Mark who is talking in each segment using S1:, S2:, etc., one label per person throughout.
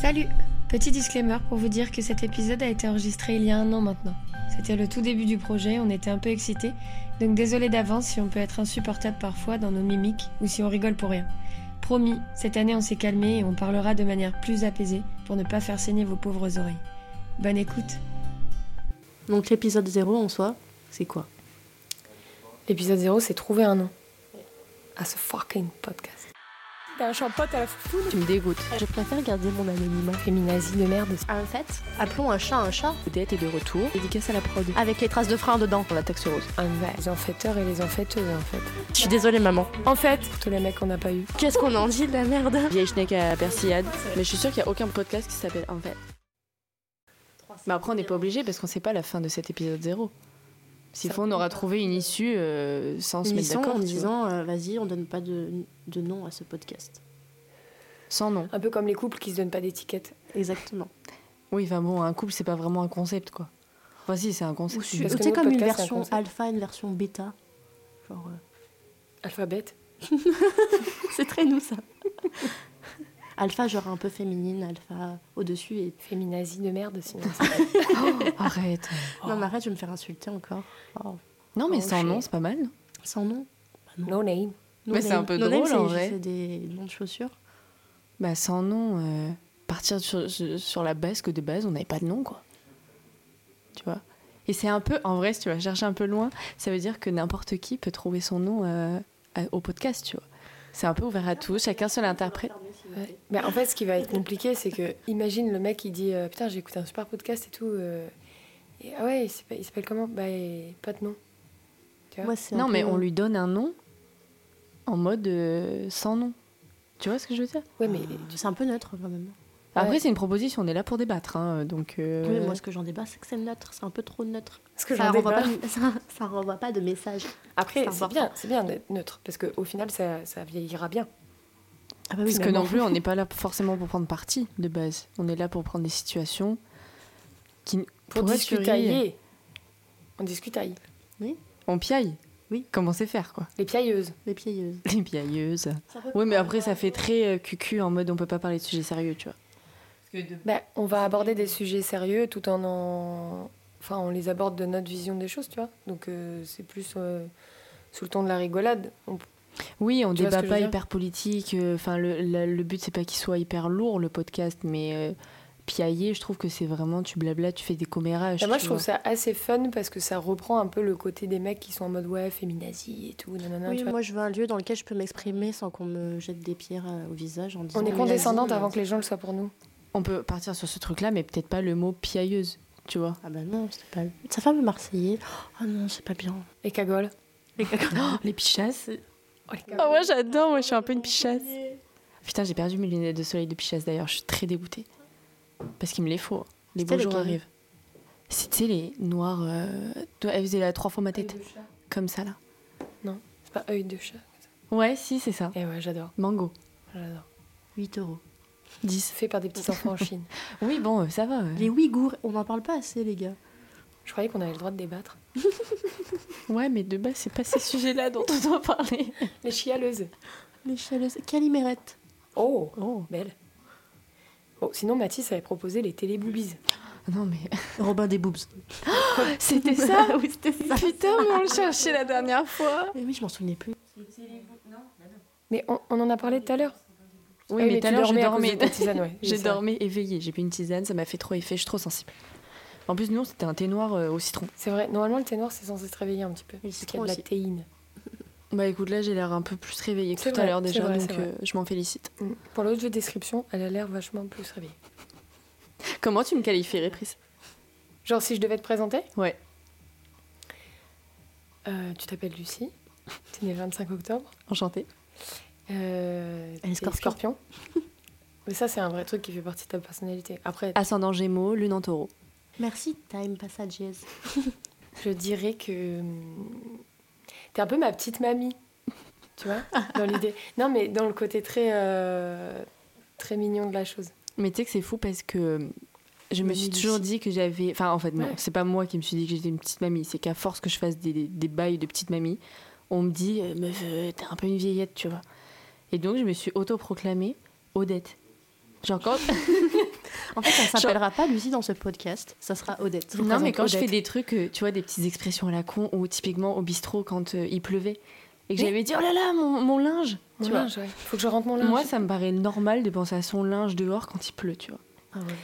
S1: Salut Petit disclaimer pour vous dire que cet épisode a été enregistré il y a un an maintenant. C'était le tout début du projet, on était un peu excités, donc désolé d'avance si on peut être insupportable parfois dans nos mimiques ou si on rigole pour rien. Promis, cette année on s'est calmé et on parlera de manière plus apaisée pour ne pas faire saigner vos pauvres oreilles. Bonne écoute
S2: Donc l'épisode 0 en soi, c'est quoi
S1: Épisode 0, c'est trouver un nom à ce fucking podcast.
S3: T'es un champote Ben, à la foufoune
S2: Tu me dégoûtes.
S4: Je préfère garder mon anonymat.
S1: Féminazie de merde.
S4: En fait,
S2: Ah, Appelons un chat un chat. Odette est de retour.
S1: Dédicace à la prod.
S2: Avec les traces de frein dedans pour la taxe rose.
S1: les enfaiteurs et les enfaiteuses en fait.
S2: Je suis désolée maman.
S3: En fait,
S1: Tous les mecs qu'on n'a pas eu.
S2: Qu'est-ce qu'on en dit de la merde
S4: vieille schneck à persillade. Mais je suis sûre qu'il n'y a aucun podcast qui s'appelle En fait. Mais après, on n'est pas obligé parce qu'on sait pas la fin de cet épisode zéro. S'il faut, on aura trouvé une issue euh, sans se mettre
S2: Unisson
S4: d'accord.
S2: en
S4: tu vois.
S2: disant euh, vas-y on donne pas de, de nom à ce podcast.
S4: Sans nom.
S1: Un peu comme les couples qui se donnent pas d'étiquette.
S2: Exactement.
S4: Oui, enfin bon, un couple, c'est pas vraiment un concept, quoi. Enfin, si, c'est un concept.
S2: Tu
S1: Parce que
S2: sais
S1: nous,
S2: comme une
S1: podcast, c'est un
S2: version
S1: concept.
S2: alpha, une version bêta. Genre euh,
S1: Alphabet.
S2: c'est très nous ça. alpha genre un peu féminine, alpha au dessus et
S1: Féminazie de merde sinon.
S4: Arrête.
S2: non mais arrête je vais me faire insulter encore. Oh.
S4: Non, mais
S1: Oh,
S4: sans
S1: shit.
S4: nom, c'est pas mal.
S2: Sans nom.
S1: no name.
S2: No
S4: Mais c'est
S2: name.
S4: un peu
S2: No name,
S4: drôle,
S2: c'est-
S4: en vrai.
S2: C'est des noms de chaussures.
S4: Bah, sans nom, euh, partir sur, sur- sur la base que de base, on n'avait pas de nom, quoi. Tu vois Et c'est un peu, en vrai, si tu vas chercher un peu loin, ça veut dire que n'importe qui peut trouver son nom euh, à- au podcast, tu vois. C'est un peu ouvert à tous, chacun se l'interprète.
S1: Ouais. Mais en fait, ce qui va être compliqué, c'est que imagine le mec qui dit euh, putain j'ai écouté un super podcast et tout. euh, et, ah ouais, il s'appelle il s'appelle comment Bah et pas de nom. Ouais.
S2: Ouais, c'est un
S4: Non,
S2: peu-
S4: mais on lui donne un nom en mode euh, sans nom. Tu vois ce que je veux dire
S1: Ouais mais
S2: c'est un peu neutre quand même.
S4: Après,
S1: Ouais.
S4: c'est une proposition, on est là pour débattre, hein, donc... euh,
S2: Oui, moi, ce que j'en débat, c'est que c'est neutre. C'est un peu trop neutre.
S1: ce que
S2: ça,
S1: j'en
S2: renvoie
S1: débat.
S2: pas, de- ça, ça renvoie pas de message.
S1: Après
S2: c'est
S1: c'est
S2: important.
S1: bien, c'est bien d'être neutre parce que au final ça, ça vieillira bien.
S2: Ah bah
S4: Parce que
S2: finalement.
S4: non plus, on n'est pas là forcément pour prendre parti de base. On est là pour prendre des situations qui n-
S1: Pour
S4: assurer-
S1: discutailler. On discutaille.
S4: On piaille.
S2: Oui.
S4: Comment c'est faire quoi
S1: Les piailleuses.
S2: Les piailleuses.
S4: Les piailleuses. Oui, mais après ça fait très euh, cucu en mode on peut pas parler de sujets sérieux, tu vois.
S1: Bah, on va aborder des sujets sérieux tout en en... Enfin, on les aborde de notre vision des choses, tu vois. Donc, euh, c'est plus euh, sous le ton de la rigolade. On-
S4: Oui, on
S1: Tu vois ce
S4: débat
S1: que je
S4: pas
S1: veux dire
S4: hyper politique. euh, Enfin, le, la- le but c'est pas qu'il soit hyper lourd le podcast, mais euh, piailler, je trouve que c'est vraiment tu blabla, tu fais des commérages.
S1: Bah, moi,
S4: tu
S1: je trouve
S4: vois.
S1: ça assez fun parce que ça reprend un peu le côté des mecs qui sont en mode ouais, féminazie et tout. Nanana,
S2: Oui,
S1: tu vois.
S2: moi, je veux un lieu dans lequel je peux m'exprimer sans qu'on me jette des pierres euh, au visage en disant.
S1: On est
S2: oui,
S1: condescendante
S2: vas-y,
S1: avant
S2: vas-y.
S1: que les gens le soient pour nous.
S4: On peut partir sur ce truc-là, mais peut-être pas le mot piailleuse, tu vois.
S2: Ah bah non, c'est pas. Sa femme est marseillais. Oh non, c'est pas bien.
S1: Les cagoles.
S4: Oh, les pichasses.
S1: Oh, les
S4: Ah
S1: cagoles.
S4: moi j'adore, moi je suis un peu une pichasse. Putain, j'ai perdu mes lunettes de soleil de pichasse d'ailleurs, je suis très dégoûtée. Parce qu'il me les faut. hein. Les
S2: C'était
S4: beaux jours
S2: lesquelles
S4: arrivent. C'était les noirs. euh, toi, Elle faisait la trois fois ma tête. Comme ça là.
S1: C'est pas œil de chat.
S4: Ouais, si, c'est ça.
S1: Et ouais, j'adore.
S4: Mango.
S1: J'adore.
S2: 8 euros.
S4: 10.
S1: Fait par des petits enfants en Chine.
S4: Oui, bon, euh, ça va. euh.
S2: Les Ouïghours, on n'en parle pas assez, les gars.
S1: Je croyais qu'on avait le droit de débattre.
S4: Ouais, mais de base, c'est pas ces sujets-là dont on doit parler.
S1: Les chialeuses.
S2: Les chaleuses. Calimérette.
S1: Oh,
S4: Oh.
S1: belle. Oh, sinon, Mathis avait proposé les téléboobies.
S4: Ah Non, mais.
S2: Robin des Boobs.
S4: C'était ça
S2: Oui, c'était ça.
S4: Putain, mais on le cherchait la dernière fois.
S2: Mais oui, je m'en souvenais plus.
S1: Mais on, on en a parlé tout à l'heure.
S4: Oui,
S1: Ah
S4: mais tout à
S1: tu
S4: l'heure, j'ai
S1: dormais à cause
S4: dormi.
S1: de ta tisane, ouais.
S4: J'ai
S1: C'est vrai.
S4: dormi éveillée. J'ai bu une tisane, ça m'a fait trop effet, je suis trop sensible. En plus, nous, c'était un thé noir euh, au citron.
S1: C'est vrai, normalement le thé noir c'est censé se réveiller un petit peu.
S2: le
S1: Parce qu'il y a
S2: citron
S1: de la
S2: aussi.
S1: théine.
S4: Bah écoute, là j'ai l'air un peu plus réveillée que
S1: C'est
S4: tout à
S1: vrai,
S4: l'heure
S1: c'est
S4: déjà,
S1: vrai,
S4: donc
S1: c'est vrai.
S4: euh, je m'en félicite.
S1: Mm. Pour l'autre description, elle a l'air vachement plus réveillée.
S4: Comment tu me qualifierais, Pris
S1: Genre si je devais te présenter
S4: Ouais.
S1: Euh, tu t'appelles Lucie, tu es née le 25 octobre.
S4: Enchantée.
S1: Euh,
S2: Elle est
S1: t'es
S2: scorpion.
S1: Mais ça c'est un vrai truc qui fait partie de ta personnalité. Après,
S4: Ascendant Gémeaux, Lune en Taureau.
S2: Merci, Time Passages.
S1: je dirais que hum, t'es un peu ma petite mamie, tu vois, dans l'idée. Non mais dans le côté très, euh, très mignon de la chose.
S4: Mais tu sais que c'est fou parce que euh, je me
S1: Mamie
S4: suis
S1: Lucie.
S4: toujours dit que j'avais. Enfin, en fait, non,
S1: Ouais.
S4: c'est pas moi qui me suis dit que j'étais une petite mamie, c'est qu'à force que je fasse des, des bails de petite mamie, on me dit, euh, meuf, euh, t'es un peu une vieillette, tu vois. Et donc je me suis autoproclamée Odette. Genre quand-
S2: En fait, ça s'appellera pas Lucie dans ce podcast, ça sera Odette.
S4: Non, mais quand je fais
S2: Odette.
S4: des trucs, euh, tu vois, des petites expressions à la con, ou typiquement au bistrot quand euh, il pleuvait, et que
S1: Oui.
S4: j'avais dit, oh là là, mon, mon linge
S1: Mon
S4: Tu vois,
S1: linge, ouais. Faut que je rentre mon linge.
S4: Moi, ça me paraît normal de penser à son linge dehors quand il pleut, tu vois.
S2: Ah ouais.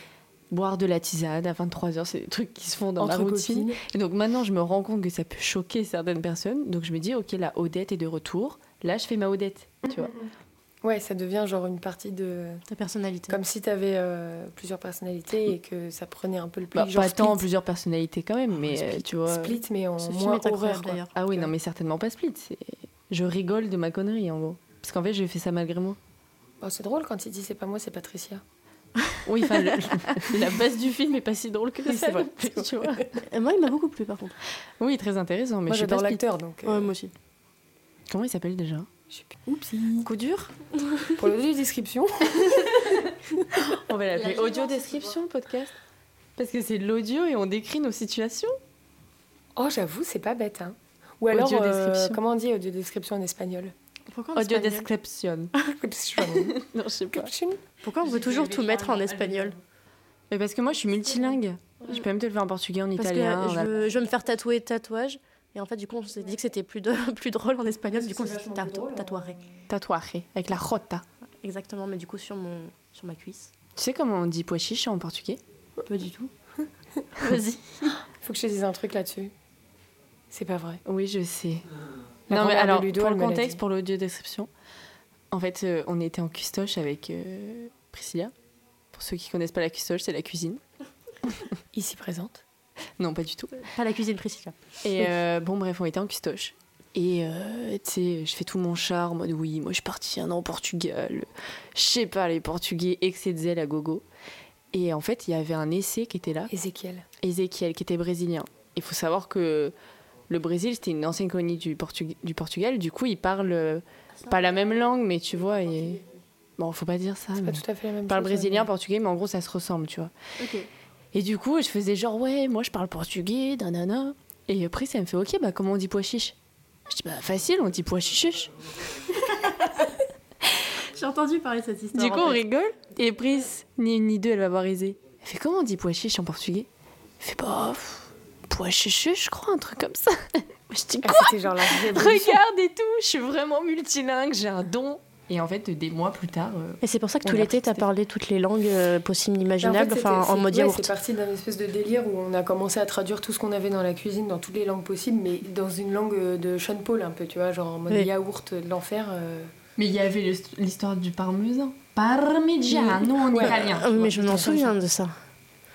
S4: Boire de la tisane à 23h, c'est des trucs qui se font dans
S1: Entre
S4: la routine.
S1: copines.
S4: Et donc maintenant, je me rends compte que ça peut choquer certaines personnes. Donc je me dis, ok, la Odette est de retour. Là, je fais ma Odette, tu
S1: Mm-hmm.
S4: vois.
S1: Ouais, ça devient genre une partie de.
S2: Ta personnalité.
S1: Comme si t'avais euh, plusieurs personnalités et que ça prenait un peu le pli.
S4: Bah,
S1: genre
S4: pas
S1: split.
S4: tant plusieurs personnalités quand même, mais euh,
S2: Split.
S4: tu vois.
S1: Split, mais en
S2: Ce film
S1: moins
S2: est
S1: horreur.
S2: incroyable
S1: quoi.
S2: d'ailleurs.
S4: Ah oui,
S1: Ouais.
S4: non, mais certainement pas Split. c'est- Je rigole de ma connerie, en gros. Parce qu'en fait, je fais ça malgré moi.
S1: Oh, c'est drôle quand il dit c'est pas moi, c'est Patricia.
S4: Oui, enfin, le- la base du film est pas si drôle que
S1: Oui, c'est
S4: ça.
S1: vrai.
S4: tu vois.
S2: Et Euh, Moi, il m'a beaucoup plu par contre.
S4: Oui, très intéressant, mais
S1: moi,
S4: je sais pas
S1: j'adore
S4: Split.
S1: l'acteur, donc. euh,
S2: Ouais, moi aussi.
S4: Comment il s'appelle déjà
S1: je sais plus.
S4: Coup dur
S1: Pour le description,
S4: On va l'appeler
S2: La
S4: audio
S2: gênance,
S4: description podcast. Parce que c'est de l'audio et on décrit nos situations.
S1: oh, j'avoue, c'est pas bête, hein. Ou alors,
S4: Audio
S1: euh,
S4: description.
S1: comment on dit audio description en espagnol
S2: Pourquoi en
S4: Audio
S2: espagnol
S4: description.
S1: Description.
S4: non, je sais pas.
S1: Description.
S2: Pourquoi on veut toujours tout mettre en espagnol
S4: Mais parce que moi, je suis multilingue. Je peux même te le faire en portugais, en
S2: Parce que
S4: italien. en
S2: je
S4: allemand.
S2: veux, je veux me faire tatouer tatouage. Et en fait, du coup, on s'est dit que c'était plus, de- plus drôle en espagnol. Du coup, on s'est dit tatou- tatouaré.
S4: Tatouaje, avec la rota.
S2: Exactement, mais du coup, sur, mon, sur ma cuisse.
S4: Tu sais comment on dit pois chiche en portugais
S2: Pas du tout. Vas-y.
S1: Faut que je te dise un truc là-dessus. C'est pas vrai.
S4: Oui, je sais.
S1: La
S4: non, mais
S1: grand-mère de
S4: alors,
S1: Ludo,
S4: pour
S1: elle
S4: le
S1: me l'a
S4: contexte,
S1: dit.
S4: pour l'audio description, en fait, euh, on était en custoche avec euh, Priscilla. Pour ceux qui connaissent pas la custoche, c'est la cuisine.
S1: Ici présente.
S4: Non, pas du tout.
S2: Pas la cuisine Priscilla.
S4: Et euh, bon, bref, on était en custoche. Et euh, tu sais, je fais tout mon charme, en mode oui, moi je suis partie un an au Portugal, je sais pas, les Portugais, excès de zèle à gogo. Et en fait, il y avait un essai qui était là,
S1: Ézéchiel.
S4: Ezequiel, qui était brésilien. Il faut savoir que le Brésil, c'était une ancienne colonie du, Portu- du Portugal, du coup, ils parlent euh, pas la même langue, mais tu vois, et... bon, faut pas dire ça.
S1: C'est
S4: mais-
S1: pas tout à fait la même
S4: je Hmm. parle
S1: chose, hein.
S4: brésilien,
S1: mais-
S4: portugais, mais en gros, ça se ressemble, tu vois.
S2: Ok.
S4: Et du coup, je faisais genre, ouais, moi, je parle portugais, nanana. Et après, ça me fait, ok, bah, comment on dit pois chiche Je dis, bah, facile, on dit pois chiche.
S2: J'ai entendu parler de cette histoire.
S4: Du coup, on
S2: en fait.
S4: rigole. Et Pris, ni une ni deux, elle va voir Aisée. Elle fait, comment on dit pois chiche en portugais Elle fait, bah, pff, pois chiche, je crois, un truc comme ça. Moi, je dis,
S1: Ah, C'était genre la révolution.
S4: regarde et tout, je suis vraiment multilingue, j'ai un don. Et en fait, des mois plus tard, euh,
S2: Et c'est pour ça que
S4: On
S2: tout
S4: l'a
S2: l'été, t'as
S4: testé.
S2: parlé toutes les langues euh, possibles,
S1: Mais en fait,
S2: imaginables,
S1: c'était-
S2: enfin en
S1: c'est-
S2: mode
S1: ouais,
S2: yaourt.
S1: C'est parti d'un espèce de délire où on a commencé à traduire tout ce qu'on avait dans la cuisine, dans toutes les langues possibles, mais dans une langue euh, de Sean Paul un peu, tu vois, genre en mode
S2: Oui.
S1: yaourt de l'enfer. euh.
S4: Mais il y avait l'hist- l'histoire du parmesan. Parmigiano en
S1: Ouais.
S4: italien.
S2: Euh, mais je m'en souviens de ça.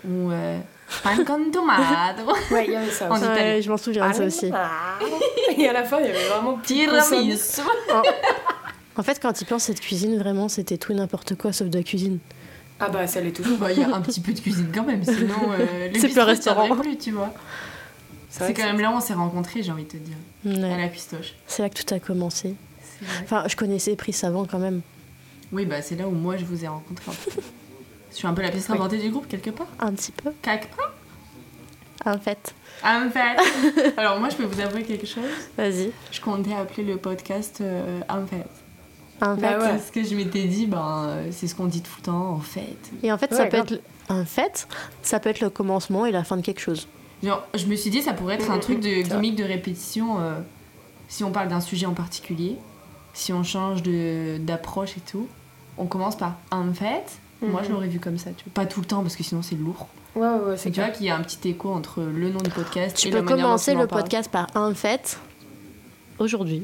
S4: Ou euh, pan con tomato.
S1: Ouais, il y avait ça
S4: En
S1: aussi. Ah,
S4: Italie.
S2: Ouais, je m'en souviens de ça aussi.
S1: Et à la fin, il y avait vraiment petit consomme.
S4: Tiramisu.
S2: En fait, quand ils pensent cette cuisine, vraiment, c'était tout et n'importe quoi sauf de la cuisine.
S1: Ah bah, ça l'est toujours.
S4: Bah, Il y a un petit peu de cuisine quand même, sinon euh,
S2: C'est
S4: le bistrot
S2: plus un restaurant.
S4: tiendrait plus, tu vois.
S1: vrai
S4: C'est
S1: que
S4: quand même là où on s'est rencontrés, j'ai envie de te dire, à
S2: Ouais.
S4: la pistoche.
S2: C'est là que tout a commencé. Enfin, je connaissais Pris avant quand même.
S4: Oui, bah c'est là où moi je vous ai rencontrés. en fait. Je suis un peu la pièce inventée du groupe quelque part.
S2: Un petit peu,
S4: Quelque part.
S2: en fait.
S4: En fait. Alors moi je peux vous avouer quelque chose.
S2: Vas-y.
S4: Je comptais appeler le podcast euh, En fait.
S2: En fait.
S1: Bah ouais.
S4: Parce que je m'étais dit, ben euh, c'est ce qu'on dit tout le temps, en fait.
S2: Et en fait,
S1: Ouais,
S2: ça peut être. le- En fait, ça peut être le commencement et la fin de quelque chose.
S4: Genre, je me suis dit, ça pourrait être un truc de gimmick de répétition euh, si on parle d'un sujet en particulier, si on change de- d'approche et tout. On commence par en fait. Moi, je l'aurais vu comme ça, tu vois. Pas tout le temps, parce que sinon, c'est lourd.
S1: Ouais, ouais, ouais, c'est
S4: Tu vois
S1: clair.
S4: qu'il y a un petit écho entre le nom du podcast
S2: Tu
S4: et
S2: peux
S4: la manière dont
S2: commencer
S4: on en
S2: le
S4: parle.
S2: podcast par un fait. Aujourd'hui,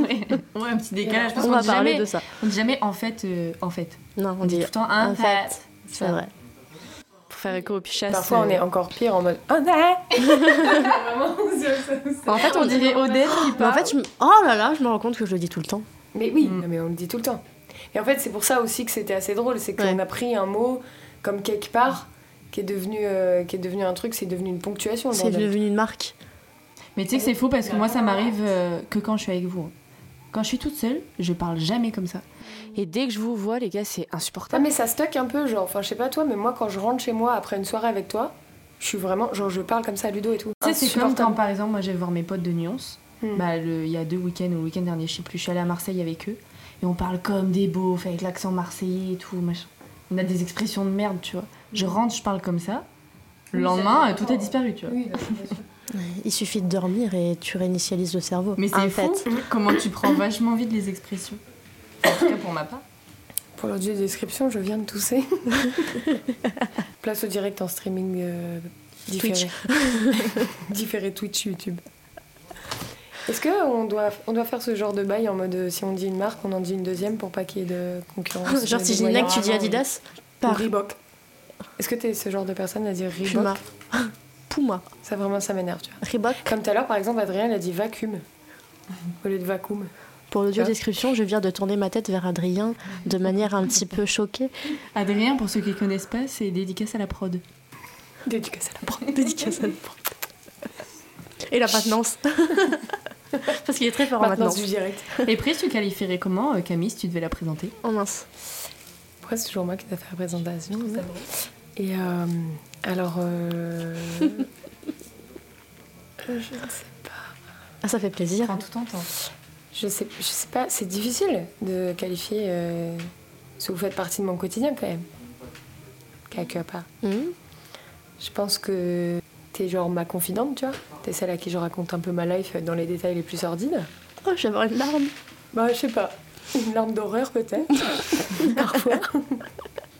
S4: ouais, Ouais, un petit décalage. Parce
S2: on
S4: qu'on
S2: va
S4: dit
S2: parler
S4: jamais,
S2: de ça.
S4: on dit jamais en fait, euh, en fait.
S2: Non,
S4: On dit tout le temps en
S2: en
S4: fait.
S2: fait. C'est vrai.
S4: Pour faire écho au pichasse.
S1: Parfois, on est encore pire en mode. Ah, ah Vraiment, ça- ça- ça-
S4: En fait, on dirait Odette qui
S2: Mais en
S4: parle.
S2: fait, je me- oh là là, je me rends compte que je le dis tout le temps.
S1: Mais oui,
S4: Mm.
S1: non, mais on le dit tout le temps. Et en fait, c'est pour ça aussi que c'était assez drôle, c'est qu'on
S2: Ouais.
S1: a pris un mot comme quelque part qui est devenu euh, qui est devenu un truc, c'est devenu une ponctuation.
S4: Oh,
S1: le
S2: C'est
S1: bordel.
S2: devenu une marque.
S4: Mais tu sais que c'est faux parce que moi ça m'arrive euh, que quand je suis avec vous. Quand je suis toute seule, je parle jamais comme ça. Et dès que je vous vois, les gars, c'est
S1: Ah
S4: insupportable.
S1: mais ça stocke un peu, genre, enfin je sais pas toi, mais moi quand je rentre chez moi après une soirée avec toi, je suis vraiment, genre je parle comme ça à Ludo et tout.
S4: Ah, Tu sais, c'est comme quand
S1: Insupportable.
S4: par exemple, moi j'ai voir mes potes de Nuance.
S1: Hmm.
S4: Bah, le- il y a deux week-ends ou le week-end dernier, je sais plus, je suis allée à Marseille avec eux. Et on parle comme des beaufs, avec l'accent marseillais et tout, machin. on a des expressions de merde, tu vois. Je rentre, je parle comme ça. Le lendemain, euh, tout a disparu, tu vois.
S2: Il suffit de dormir et tu réinitialises le cerveau.
S4: Mais
S2: En
S4: c'est fou comment tu prends vachement vite les expressions. En tout cas, pour ma part.
S1: Pour l'audio description, je viens de tousser. Place au direct en streaming euh, différé.
S2: Twitch.
S1: différé Twitch, YouTube. Est-ce qu'on doit, on doit faire ce genre de bail en mode euh, si on dit une marque, on en dit une deuxième pour pas qu'il y ait de concurrence
S2: Genre,
S1: euh,
S2: si je dis
S1: déloyale.
S2: Nike, tu dis Adidas
S1: Ou
S2: Par
S1: Reebok. Est-ce que t'es ce genre de personne à dire Reebok
S2: Puma. Puma.
S1: Ça vraiment, ça m'énerve, tu vois.
S2: Reebok.
S1: Comme tout à l'heure, par exemple, Adrien, il a dit vacuum au lieu de vacuum.
S2: Pour l'audio
S1: Ah.
S2: description, je viens de tourner ma tête vers Adrien de manière un petit peu choquée.
S4: Adrien, pour ceux qui connaissent pas, c'est dédicace à la prod.
S1: Dédicace à la porte.
S2: Dédicace à Et la maintenance. Parce qu'il est très fort en
S1: Maintenant,
S2: maintenance.
S1: du direct.
S4: Et Pris, tu qualifierais comment, euh, Camille, si tu devais la présenter
S2: Oh mince.
S1: Pourquoi c'est toujours moi qui dois faire la présentation hein Et euh, alors. euh, je ne sais pas.
S2: Ah, ça fait plaisir.
S4: Prends tout ton temps.
S1: Je sais, je sais pas, c'est difficile de qualifier euh, parce que vous faites partie de mon quotidien quand même. Quelque part.
S2: Mhm.
S1: Je pense que t'es genre ma confidente, tu vois. T'es celle à qui je raconte un peu ma life dans les détails les plus sordides.
S2: Oh, je vais avoir une larme.
S1: Bah, je sais pas. Une larme d'horreur, peut-être. Parfois.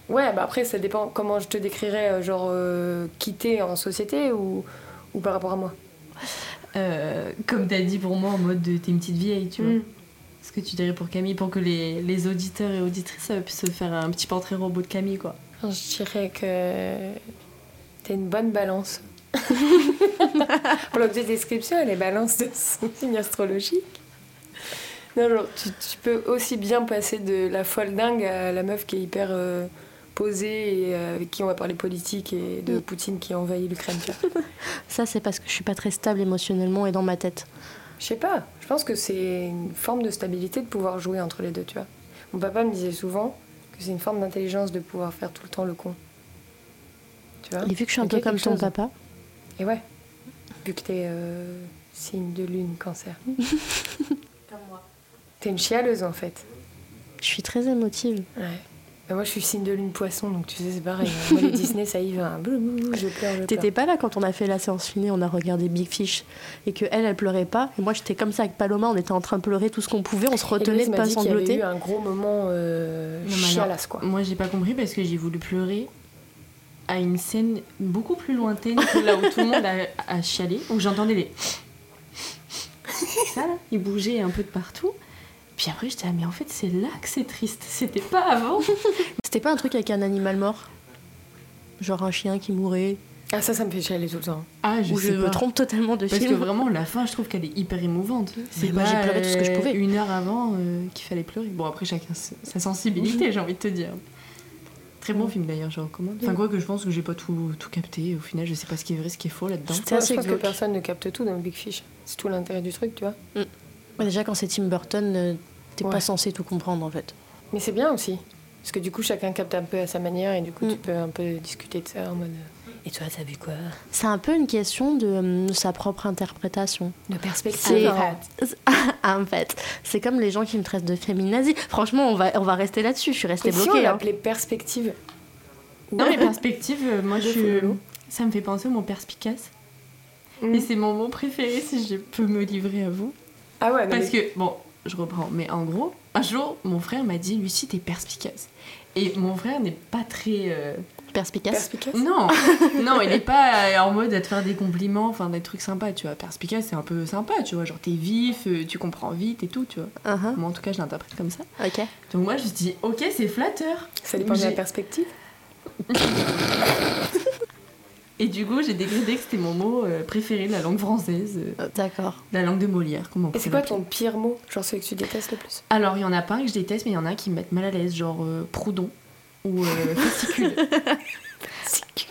S1: Ouais, bah après, ça dépend comment je te décrirais, euh, genre, euh, quitter en société ou, ou par rapport à moi.
S4: Euh, comme t'as dit pour moi, en mode de, t'es une petite vieille, tu vois.
S1: Mm.
S4: Ce que tu dirais pour Camille, pour que les, les auditeurs et auditrices euh, puissent se faire un petit portrait robot de Camille, quoi.
S1: Enfin, Je dirais que t'es une bonne balance. Pour l'objet description, elle est balance de son signe astrologique. Non, genre, tu, tu peux aussi bien passer de la folle dingue à la meuf qui est hyper euh, posée et euh, avec qui on va parler politique et de
S2: Mm.
S1: Poutine qui envahit l'Ukraine. tu vois.
S2: Ça, c'est parce que je suis pas très stable émotionnellement et dans ma tête.
S1: Je sais pas, je pense que c'est une forme de stabilité de pouvoir jouer entre les deux, tu vois. Mon papa me disait souvent que c'est une forme d'intelligence de pouvoir faire tout le temps le con. Tu vois
S2: Et vu que je suis un
S1: Ok,
S2: peu comme
S1: quelque
S2: ton
S1: chose.
S2: papa,
S1: Et ouais, vu que t'es euh, signe de lune, cancer. Comme moi. T'es une chialeuse en fait.
S2: je suis très émotive.
S1: Ouais. Bah, moi je suis signe de lune poisson, donc tu sais, c'est pareil. Moi les Disney, ça y va. hein. Blou, blou, blou, je pleure, je pleure.
S2: T'étais pas là quand on a fait la séance finie, on a regardé Big Fish et que elle, elle pleurait pas. Et moi, j'étais comme ça avec Paloma, on était en train de pleurer tout ce qu'on pouvait, on se retenait
S1: Héloïse
S2: de
S1: m'a
S2: pas
S1: dit qu'il y avait
S2: sangloter.
S1: eu un gros moment euh,
S4: Non, mais alors-
S1: chialasse quoi.
S4: Moi, j'ai pas compris parce que j'ai voulu pleurer à une scène beaucoup plus lointaine que là où tout le monde a, a chialé, où j'entendais les. Ça, là, ils bougeaient un peu de partout. Puis après, j'étais, ah, mais en fait, c'est là que c'est triste. C'était pas avant.
S2: C'était pas un truc avec un animal mort Genre un chien qui mourait
S1: Ah ça, ça me fait chialer tout le temps.
S4: Ah, je
S2: Ou je
S4: sais
S2: me
S4: pas.
S2: trompe totalement de
S4: Parce que
S2: film
S4: vraiment, la fin, je trouve qu'elle est hyper émouvante. C'est
S2: moi,
S4: pas,
S2: j'ai pleuré tout ce que je
S4: euh,
S2: pouvais.
S4: Une heure avant euh, qu'il fallait pleurer. Bon, après, chacun sa sa sensibilité, j'ai envie de te dire. Très bon film d'ailleurs, je recommande. Enfin, quoi que je pense que j'ai pas tout, tout capté. Au final, je sais pas ce qui est vrai, ce qui est faux là-dedans.
S2: C'est assez
S1: je pense que
S2: glauque.
S1: personne ne capte tout dans Big Fish. C'est tout l'intérêt du truc, tu vois.
S2: Ouais, Bah, Déjà, quand c'est Tim Burton, euh, t'es
S1: Ouais.
S2: pas censé tout comprendre en fait.
S1: Mais c'est bien aussi. Parce que du coup, chacun capte un peu à sa manière et du coup,
S2: Mm.
S1: tu peux un peu discuter de ça en mode. euh, Et toi, t'as vu quoi
S2: C'est un peu une question de hum, sa propre interprétation.
S1: De perspective.
S2: C'est- Ah, en fait, c'est comme les gens qui me traitent de féminazie. Franchement, on va, on va rester là-dessus, je suis restée
S1: Et si on
S2: bloquée. hein.
S1: l'appelait perspective
S4: Non, mais perspective, euh, moi, je
S1: De
S4: suis.
S1: Foulou.
S4: Ça me fait penser au mot perspicace.
S1: Mm.
S4: Et c'est mon mot préféré, si je peux me livrer à vous.
S1: Ah ouais, non,
S4: Parce
S1: mais-
S4: que, bon, je reprends, mais en gros, un jour, mon frère m'a dit Lucie, t'es perspicace. Et mon frère n'est pas très. euh,
S2: hein. Perspicace.
S1: perspicace.
S4: Non, non, il est pas euh, en mode à te faire des compliments, enfin des trucs sympas, tu vois. Perspicace, c'est un peu sympa, tu vois. Genre, t'es vif, euh, tu comprends vite et tout, tu vois.
S2: Uh-huh,
S4: Moi, en tout cas, je l'interprète comme ça.
S2: Ok.
S4: Donc, moi, je me dis, ok, c'est flatteur.
S1: Ça dépend de la
S4: J'ai-
S1: perspective.
S4: Et du coup, j'ai décrété que c'était mon mot euh, préféré de la langue française, euh,
S2: Euh, D'accord.
S4: la langue de Molière. Comment on
S1: Et c'est
S4: pourrait
S1: quoi ton pire mot Genre celui que tu détestes le plus
S4: Alors, il y en a pas un que je déteste, mais il y en a un qui me mettent mal à l'aise, genre euh, Proudhon ou euh, fascicule.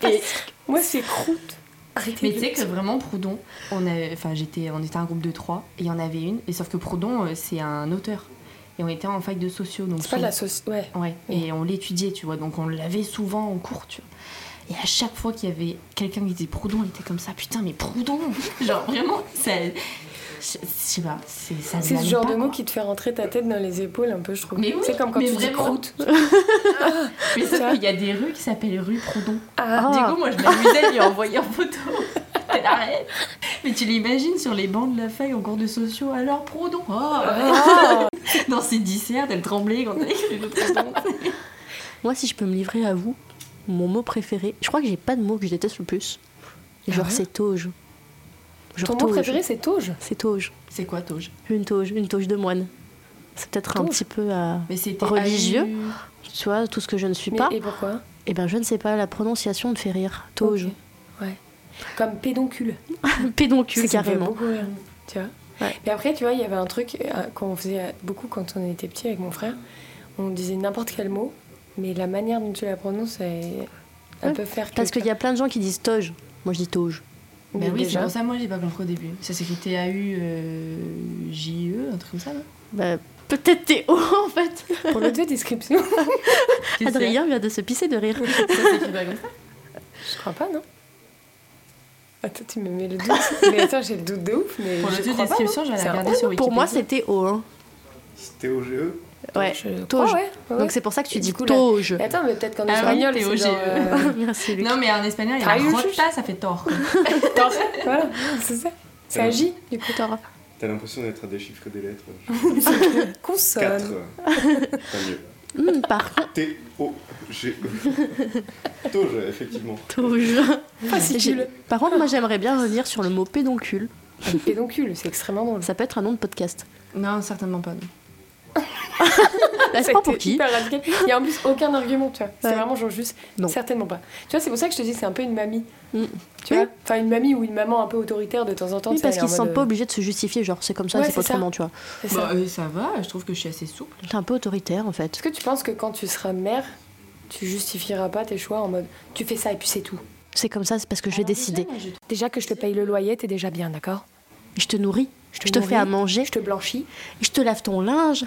S4: Et-
S1: Moi, c'est croûte. Arrêtez.
S4: mais
S1: de-
S4: tu sais que vraiment, Proudhon, on, avait, enfin, j'étais, on était un groupe de trois et il y en avait une, et sauf que Proudhon, euh, c'est un auteur. Et on était en fac de sociaux, donc
S1: C'est pas de la sauce. Ouais.
S4: Ouais, et on l'étudiait, tu vois, donc on l'avait souvent en cours, tu vois. Et à chaque fois qu'il y avait quelqu'un qui disait Proudhon, il était comme ça, putain, mais Proudhon Genre vraiment, ça,
S2: Je je sais pas, c'est ça.
S1: C'est ce
S2: vient
S1: genre
S2: pas,
S1: de mot
S2: quoi.
S1: qui te fait rentrer ta tête dans les épaules un peu, je trouve.
S2: Mais oui,
S1: c'est comme quand
S2: mais
S1: tu dis
S2: vraiment.
S1: croûte.
S2: Mais sauf qu'il y a des rues qui s'appellent rue Proudhon.
S1: Ah,
S2: Du coup, moi, je m'amusais à lui envoyer en photo. Elle arrête. Mais tu l'imagines sur les bancs de la faille en cours de sociaux, alors Proudhon oh. Dans ses dissertes, elle tremblait quand elle écrit le Proudhon. Moi, si je peux me livrer à vous, mon mot préféré, je crois que j'ai pas de mot que je déteste le plus. Genre, c'est tauge. Genre
S1: ton mot
S2: tauge.
S1: préféré, c'est tauge.
S2: C'est tauge.
S4: C'est quoi tauge
S2: Une tauge, une tauge de moine. C'est peut-être un
S1: Tauge.
S2: petit peu à.
S4: Mais c'était
S2: Religieux
S4: AU.
S2: Tu vois, tout ce que je ne suis
S1: Mais,
S2: pas.
S1: et pourquoi
S2: Eh ben, je ne sais pas, la prononciation me fait rire. Tauge.
S1: Ok. Ouais. Comme pédoncule.
S2: Pédoncule,
S1: C'est
S2: carrément.
S1: beaucoup rire, tu vois.
S2: Ouais.
S1: Mais après, tu vois, il y avait un truc euh, qu'on faisait beaucoup quand on était petit avec mon frère. On disait n'importe quel mot, mais la manière dont tu la prononces, elle, elle
S2: Ouais.
S1: peut faire que...
S2: Parce qu'il y a plein de gens qui disent toge. Moi, je dis toge.
S4: Bah
S1: Mais
S4: oui, c'est
S1: déjà.
S4: pour ça moi j'ai pas compris au début. Ça s'écrit A-U-J-E, euh, E, un truc comme ça là
S2: Bah, peut-être t'es haut, en fait.
S1: Pour l'audio-description,
S2: Adrien vient de se pisser de rire.
S4: Ça s'écrit pas comme ça
S1: je crois pas, non Attends, tu me mets le doute. mais attends, j'ai le doute de ouf, mais
S4: Pour
S1: je crois pas,
S4: l'audio-description, j'allais
S1: C'est un
S4: regarder sur Wikipédia.
S2: Pour moi, c'était haut. hein.
S5: C'était au E, GE.
S2: Ouais,
S1: Je crois,
S2: toge.
S1: Oh, Ah ouais, ouais, ouais.
S2: Donc, c'est pour ça que tu
S1: Et du
S2: dis
S1: coup, là-
S2: toge.
S1: Mais Attends, mais peut-être qu'en
S4: Ah oui,
S1: espagnol,
S4: t'es
S1: c'est
S4: au
S1: genre, euh,
S2: Merci, Luc.
S4: Non mais en espagnol, il y a
S1: Ah, oui,
S4: rota, ça fait tort.
S1: torse. Voilà, c'est ça.
S4: Ah
S1: C'est agit, du coup.
S5: T'as l'impression d'être à déchiffrer des lettres.
S1: Consonne.
S5: 4. Pas mieux.
S2: Hum, par contre,
S5: T-O-G-E. Tauge, E, effectivement.
S2: toge.
S1: Fascicule.
S2: J'ai- Par contre, moi, j'aimerais bien revenir sur le mot pédoncule.
S1: Pédoncule, c'est extrêmement drôle.
S2: Ça peut être un nom de podcast.
S4: Non, certainement pas. non.
S2: Là, Bah,
S1: Ça
S2: c'est pas
S1: a été
S2: pour qui.
S1: hyper radical. Il y a en plus aucun argument, tu vois. C'est
S2: Ouais.
S1: vraiment genre juste,
S2: Non.
S1: certainement pas. Tu vois, c'est pour ça que je te dis, c'est un peu une mamie.
S2: Mm.
S1: Tu vois Enfin, une mamie ou une maman un peu autoritaire de temps en temps.
S2: Oui,
S1: tu sais,
S2: parce
S1: elle est
S2: qu'ils se
S1: en
S2: sentent
S1: mode, euh,
S2: pas obligés de se justifier. Genre, c'est comme ça,
S1: Ouais,
S2: c'est pas
S1: c'est ça.
S2: autrement, tu vois.
S1: c'est ça.
S4: Bah, euh, ça va, je trouve que je suis assez souple.
S2: T'es un peu autoritaire, en fait.
S1: Est-ce que tu penses que quand tu seras mère, tu justifieras pas tes choix en mode, tu fais ça et puis c'est tout
S2: C'est comme ça, c'est parce que je vais
S4: Alors,
S2: décider.
S4: déjà, Ah, moi, je trouve-
S1: Déjà que je te paye le loyer, t'es déjà bien, d'accord
S2: Je te nourris, je te fais
S1: nourris,
S2: à manger,
S1: Je te blanchis,
S2: je te lave ton linge,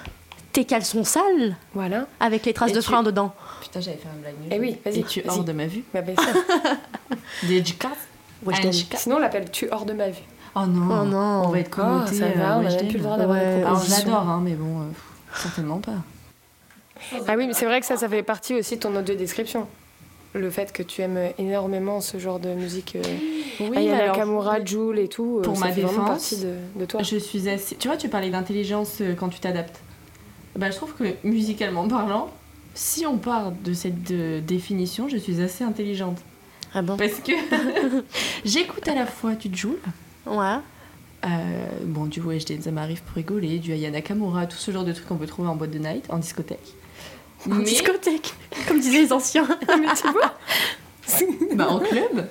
S2: tes caleçons sales,
S1: voilà.
S2: avec les traces
S4: Et
S2: de
S4: tu-
S2: frein dedans.
S4: Putain, j'avais fait un blague. nulle.
S1: Eh oui, vas-y,
S4: Et tu es
S1: vas-y.
S4: hors de ma vue.
S1: Bah, ben, ça.
S4: Des Jka.
S2: Wesh,
S4: Ah,
S2: Dan.
S4: Jka.
S1: Sinon, on l'appelle tu hors de ma vue.
S4: Oh non.
S2: Oh non.
S4: On va être euh,
S1: Ah,
S4: commenté.
S1: ça va, on n'a même plus le droit d'avoir
S2: Ouais.
S1: des
S4: Alors je
S1: propositions.
S4: l'adore, hein, mais bon, euh, pff, certainement pas.
S1: Ah oui, mais c'est vrai que ça, ça fait partie aussi de ton audio description. Le fait que tu aimes énormément ce genre de musique.
S4: Oui,
S1: il y a Nakamura, Joule et tout. euh,
S4: Pour
S1: ça
S4: ma
S1: fait vraiment
S4: défense,
S1: partie de, de toi.
S4: Je suis assez. Tu vois, tu parlais d'intelligence euh, quand tu t'adaptes. Bah, je trouve que musicalement parlant, si on part de cette euh, définition, je suis assez intelligente
S2: Ah bon
S4: parce que j'écoute à la fois du Joule,
S2: Ouais.
S4: euh, bon du WHD, ça m'arrive pour rigoler, du Ayana Kamura, tout ce genre de trucs qu'on peut trouver en boîte de night, en discothèque.
S2: En
S4: Mais
S2: discothèque, comme disaient les anciens.
S4: bah, en club.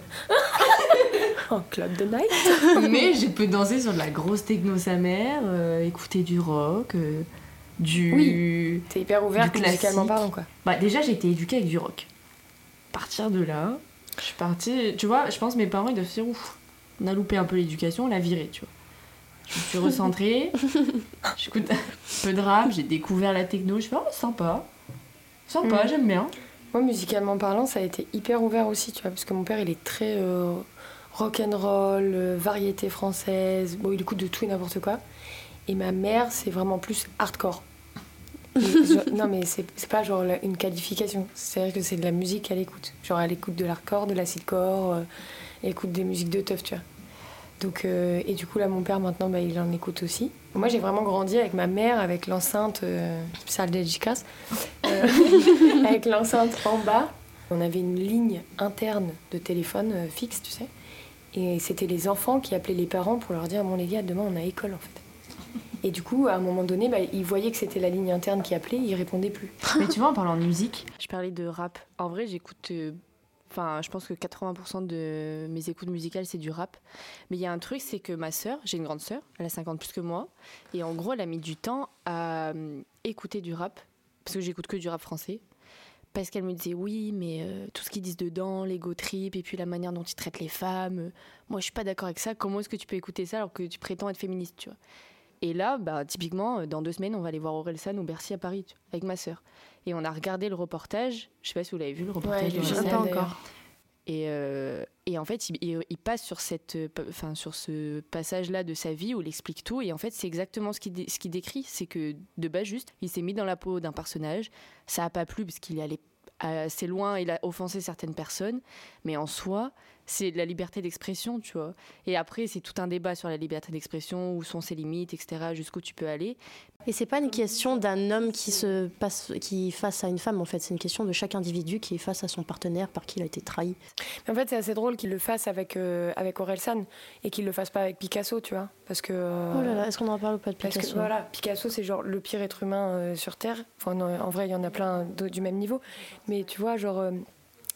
S1: En club de night.
S4: Mais je peux danser sur de la grosse techno sa mère, euh, écouter du rock, euh, du.
S1: T'es hyper ouverte
S4: Du
S1: musicalement
S4: classique.
S1: parlant, quoi.
S4: Bah déjà j'ai été éduquée avec du rock. À partir de là, je suis partie. Tu vois, je pense que mes parents ils doivent se dire ouf, on a loupé un peu l'éducation, on l'a viré, tu vois. Je me suis recentrée, j'écoute un peu de rap, j'ai découvert la techno, je fais oh sympa, sympa,
S1: Mm.
S4: j'aime bien.
S1: Moi, musicalement parlant, ça a été hyper ouvert aussi, tu vois. Parce que mon père, il est très euh, rock'n'roll, euh, variété française. Bon, il écoute de tout et n'importe quoi. Et ma mère, c'est vraiment plus hardcore. Et genre- non, mais c'est c'est pas genre la- une qualification. C'est-à-dire que c'est de la musique qu'elle écoute. Genre, elle écoute de l'hardcore, de l'acidcore, euh, elle écoute des musiques de teuf, tu vois. Donc, euh, et du coup, là, mon père, maintenant, bah, il en écoute aussi. Moi, j'ai vraiment grandi avec ma mère, avec l'enceinte, euh, salle dédicace, euh, avec l'enceinte en bas. On avait une ligne interne de téléphone euh, fixe, tu sais. Et c'était les enfants qui appelaient les parents pour leur dire Bon, les gars, demain, on a école, en fait. Et du coup, à un moment donné, bah, ils voyaient que c'était la ligne interne qui appelait, ils répondaient plus.
S4: Mais tu vois, en parlant de musique,
S6: Je parlais de rap. En vrai, j'écoute. euh, Enfin, je pense que 80% de mes écoutes musicales, c'est du rap. Mais il y a un truc, c'est que ma sœur, j'ai une grande sœur, elle a 50 plus que moi. Et en gros, elle a mis du temps à euh, écouter du rap. Parce que j'écoute que du rap français. Parce qu'elle me disait, oui, mais euh, tout ce qu'ils disent dedans, l'ego trip, et puis la manière dont ils traitent les femmes. euh, moi, je suis pas d'accord avec ça. Comment est-ce que tu peux écouter ça alors que tu prétends être féministe, tu vois Et là, bah, typiquement, euh, dans deux semaines, on va aller voir Orelsan ou Bercy à Paris, tu vois, avec ma sœur. Et on a regardé le reportage. Je sais pas si vous l'avez vu, le reportage.
S1: il est
S4: d'Orelsan.
S1: génial, d'ailleurs.
S4: Et, euh, et en fait, il, il- il passe sur, cette, euh, pa- enfin, sur ce passage-là de sa vie où il explique tout. Et en fait, c'est exactement ce qu'il dé- ce qu'il décrit. C'est que de bas juste, il s'est mis dans la peau d'un personnage. Ça n'a pas plu parce qu'il est allé assez loin, il a offensé certaines personnes. Mais en soi, c'est de la liberté d'expression, tu vois. Et après, c'est tout un débat sur la liberté d'expression, où sont ses limites, etc., jusqu'où tu peux aller.
S2: Et c'est pas une question d'un homme qui se passe, qui est face à une femme en fait. C'est une question de chaque individu qui est face à son partenaire par qui il a été trahi.
S1: En fait, c'est assez drôle qu'il le fasse avec, euh, avec Orelsan et qu'il le fasse pas avec Picasso, tu vois. Parce que. euh,
S2: Oh là là, est-ce qu'on en parle ou pas de
S1: Parce
S2: Picasso
S1: que voilà, Picasso, c'est genre le pire être humain euh, sur Terre. Enfin, non, en vrai, il y en a plein d'autres du même niveau. Mais tu vois, genre, euh,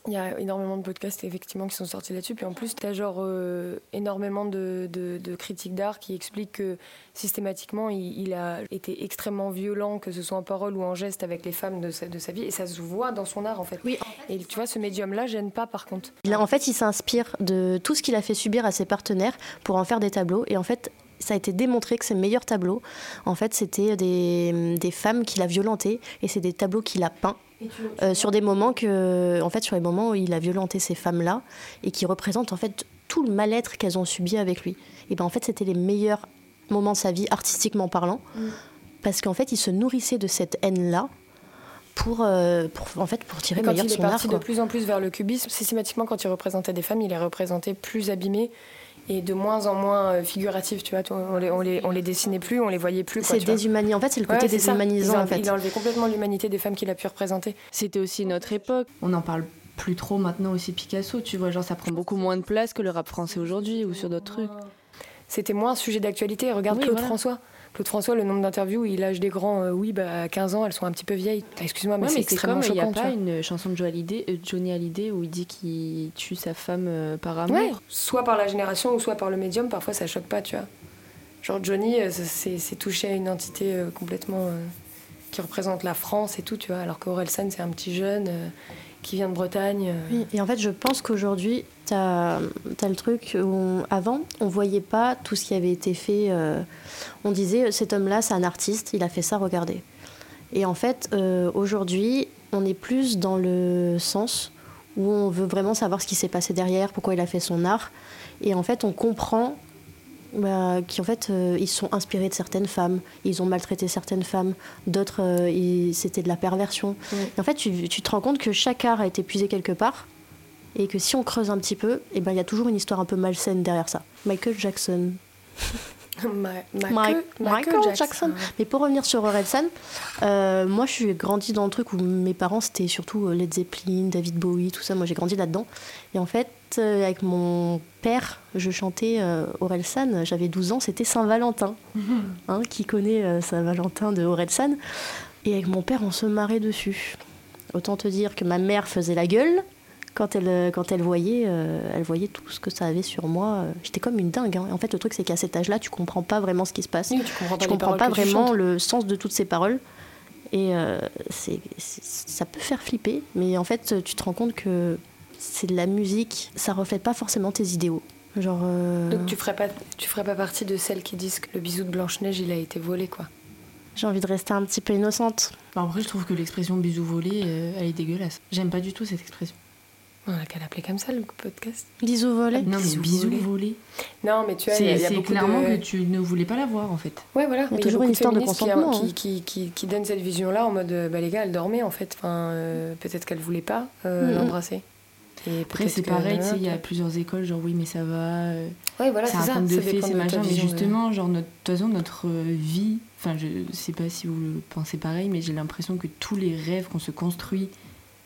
S1: il y a énormément de podcasts, effectivement, qui sont sortis là-dessus. Puis en plus, tu as genre euh, énormément de, de- de critiques d'art qui expliquent que systématiquement, il, il a été extrêmement violent, que ce soit en parole ou en geste, avec les femmes de sa, de sa vie. Et ça se voit dans son art, en fait.
S2: Oui.
S1: Et tu vois, ce médium-là gêne pas, par contre.
S2: Il a- en fait, il s'inspire de tout ce qu'il a fait subir à ses partenaires pour en faire des tableaux. Et en fait, ça a été démontré que ses meilleurs tableaux, en fait, c'était des, des femmes qu'il a violentées et c'est des tableaux qu'il a peints. euh, sur des moments que en fait sur les moments où il a violenté ces femmes là et qui représentent en fait tout le mal-être qu'elles ont subi avec lui et ben en fait c'était les meilleurs moments de sa vie artistiquement parlant
S1: Mm.
S2: parce qu'en fait il se nourrissait de cette haine là pour, euh, pour en fait pour tirer
S1: Et
S2: le
S1: quand
S2: meilleur
S1: il
S2: de
S1: est
S2: son art
S1: parti de
S2: quoi.
S1: plus en plus vers le cubisme, systématiquement, quand il représentait des femmes, il les représentait plus abîmées et de moins en moins euh, figuratives. Tu vois, on les, on les, on les dessinait plus, on les voyait plus. quoi,
S2: C'est
S1: tu vois.
S2: déshumanisant. En fait, c'est le côté
S1: Ouais, c'est ça.
S2: déshumanisant,
S1: Il a-
S2: en fait.
S1: Il a enlevé complètement l'humanité des femmes qu'il a pu représenter.
S4: C'était aussi notre époque. On n'en parle plus trop maintenant aussi Picasso, tu vois. Genre, ça prend beaucoup moins de place que le rap français aujourd'hui ou sur d'autres trucs.
S1: C'était moins un sujet d'actualité. Regarde
S4: Oui,
S1: Claude
S4: voilà.
S1: François. Claude François, le nombre d'interviews où il lâche des grands, euh, oui, bah, à 15 ans, elles sont un petit peu vieilles. Ah, Excuse-moi, mais
S4: Ouais,
S1: c'est
S4: mais c'est
S1: extrêmement
S4: comme il n'y a
S1: choquant. tu
S4: pas
S1: vois.
S4: une chanson de Johnny Hallyday, euh, Johnny Hallyday où il dit qu'il tue sa femme euh, par amour.
S1: Ouais, Ah soit par la génération ou soit par le médium, parfois ça choque pas, tu vois. Genre Johnny, euh, c'est c'est touché à une entité euh, complètement euh, qui représente la France et tout, tu vois, alors qu'Orelsan, c'est un petit jeune euh, qui vient de Bretagne. euh.
S2: Oui, Et en fait, je pense qu'aujourd'hui, t'as as le truc où, on- avant, on voyait pas tout ce qui avait été fait. euh, on disait, euh, cet homme-là, c'est un artiste, il a fait ça, regardez. Et en fait, euh, aujourd'hui, on est plus dans le sens où on veut vraiment savoir ce qui s'est passé derrière, pourquoi il a fait son art. Et en fait, on comprend bah, qu'en fait, euh, ils se sont inspirés de certaines femmes, ils ont maltraité certaines femmes, d'autres, euh, ils- c'était de la perversion. Et en fait, tu, tu te rends compte que chaque art a été puisé quelque part. Et que si on creuse un petit peu, eh ben, il y a toujours une histoire un peu malsaine derrière ça. Michael Jackson.
S1: Ma- ma-
S2: Mike-
S1: que-
S2: Michael Jackson. Mais pour revenir sur Orelsan, euh, moi je suis grandi dans le truc où mes parents c'était surtout euh, Led Zeppelin, David Bowie, tout ça. Moi j'ai grandi là-dedans. Et en fait, euh, avec mon père, je chantais euh, Orelsan. J'avais 12 ans, c'était Saint-Valentin. Hein, qui connaît euh, Saint-Valentin de Orelsan Et avec mon père, on se marrait dessus. Autant te dire que ma mère faisait la gueule. Quand elle, euh, quand elle voyait, euh, elle voyait tout ce que ça avait sur moi. euh, J'étais comme une dingue. hein. Et En fait, le truc, c'est qu'à cet âge-là, tu comprends pas vraiment ce qui se passe
S1: Oui, tu comprends pas,
S2: je
S1: les
S2: comprends
S1: paroles
S2: pas
S1: que tu
S2: vraiment
S1: chantes.
S2: le sens de toutes ces paroles. Et euh, c'est- c'est- ça peut faire flipper, mais en fait, tu te rends compte que c'est de la musique, ça reflète pas forcément tes idéaux. Genre. euh,
S1: Donc tu ferais pas, tu ferais pas partie de celles qui disent que le bisou de Blanche Neige, il a été volé, quoi.
S2: J'ai envie de rester un petit peu innocente.
S7: Bah, après, je trouve que l'expression bisou volé, euh, elle est dégueulasse. J'aime pas du tout cette expression.
S1: On a qu'à l'appeler comme ça le podcast.
S2: Bisous volés.
S7: Non, mais
S1: Bisou
S7: bisou
S1: volé.
S7: volé.
S1: Non, mais tu vois, il y
S7: C'est
S1: a- il y a
S7: c'est
S1: beaucoup de-
S7: clairement que tu ne voulais pas la voir en fait.
S1: Ouais, voilà.
S2: Il y a
S1: Mais
S2: toujours une
S1: beaucoup
S2: histoire de
S1: féministes qui-
S2: consentement,
S1: Qui,
S2: hein.
S1: qui, qui- qui donne cette vision-là en mode euh, bah, les gars, elle dormait en fait. Enfin, euh, peut-être qu'elle voulait pas euh,
S2: Mm.
S1: l'embrasser. Et
S7: Après,
S1: peut-être
S7: c'est
S1: que-
S7: pareil, tu sais, il y a plusieurs écoles, genre oui, mais ça va. euh,
S1: Ouais, voilà,
S7: c'est
S1: c'est
S7: un
S1: ça.
S7: conte de
S1: ça
S7: fées,
S1: dépend
S7: c'est
S1: de ta
S7: machin, mais
S1: vision de-
S7: justement, genre, notre, de toute façon, notre euh, vie, enfin, je sais pas si vous le pensez pareil, mais j'ai l'impression que tous les rêves qu'on se construit,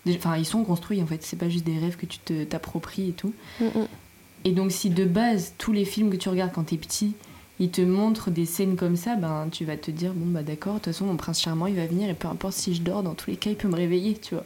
S7: déjà- enfin, ils sont construits en fait, c'est pas juste des rêves que tu te- t'appropries et tout.
S2: Mm, mm.
S7: Et donc, si de base, tous les films que tu regardes quand t'es petit, ils te montrent des scènes comme ça, ben, tu vas te dire, bon, bah d'accord, de toute façon, mon prince charmant, il va venir, et peu importe si je dors, dans tous les cas, il peut me réveiller, tu vois.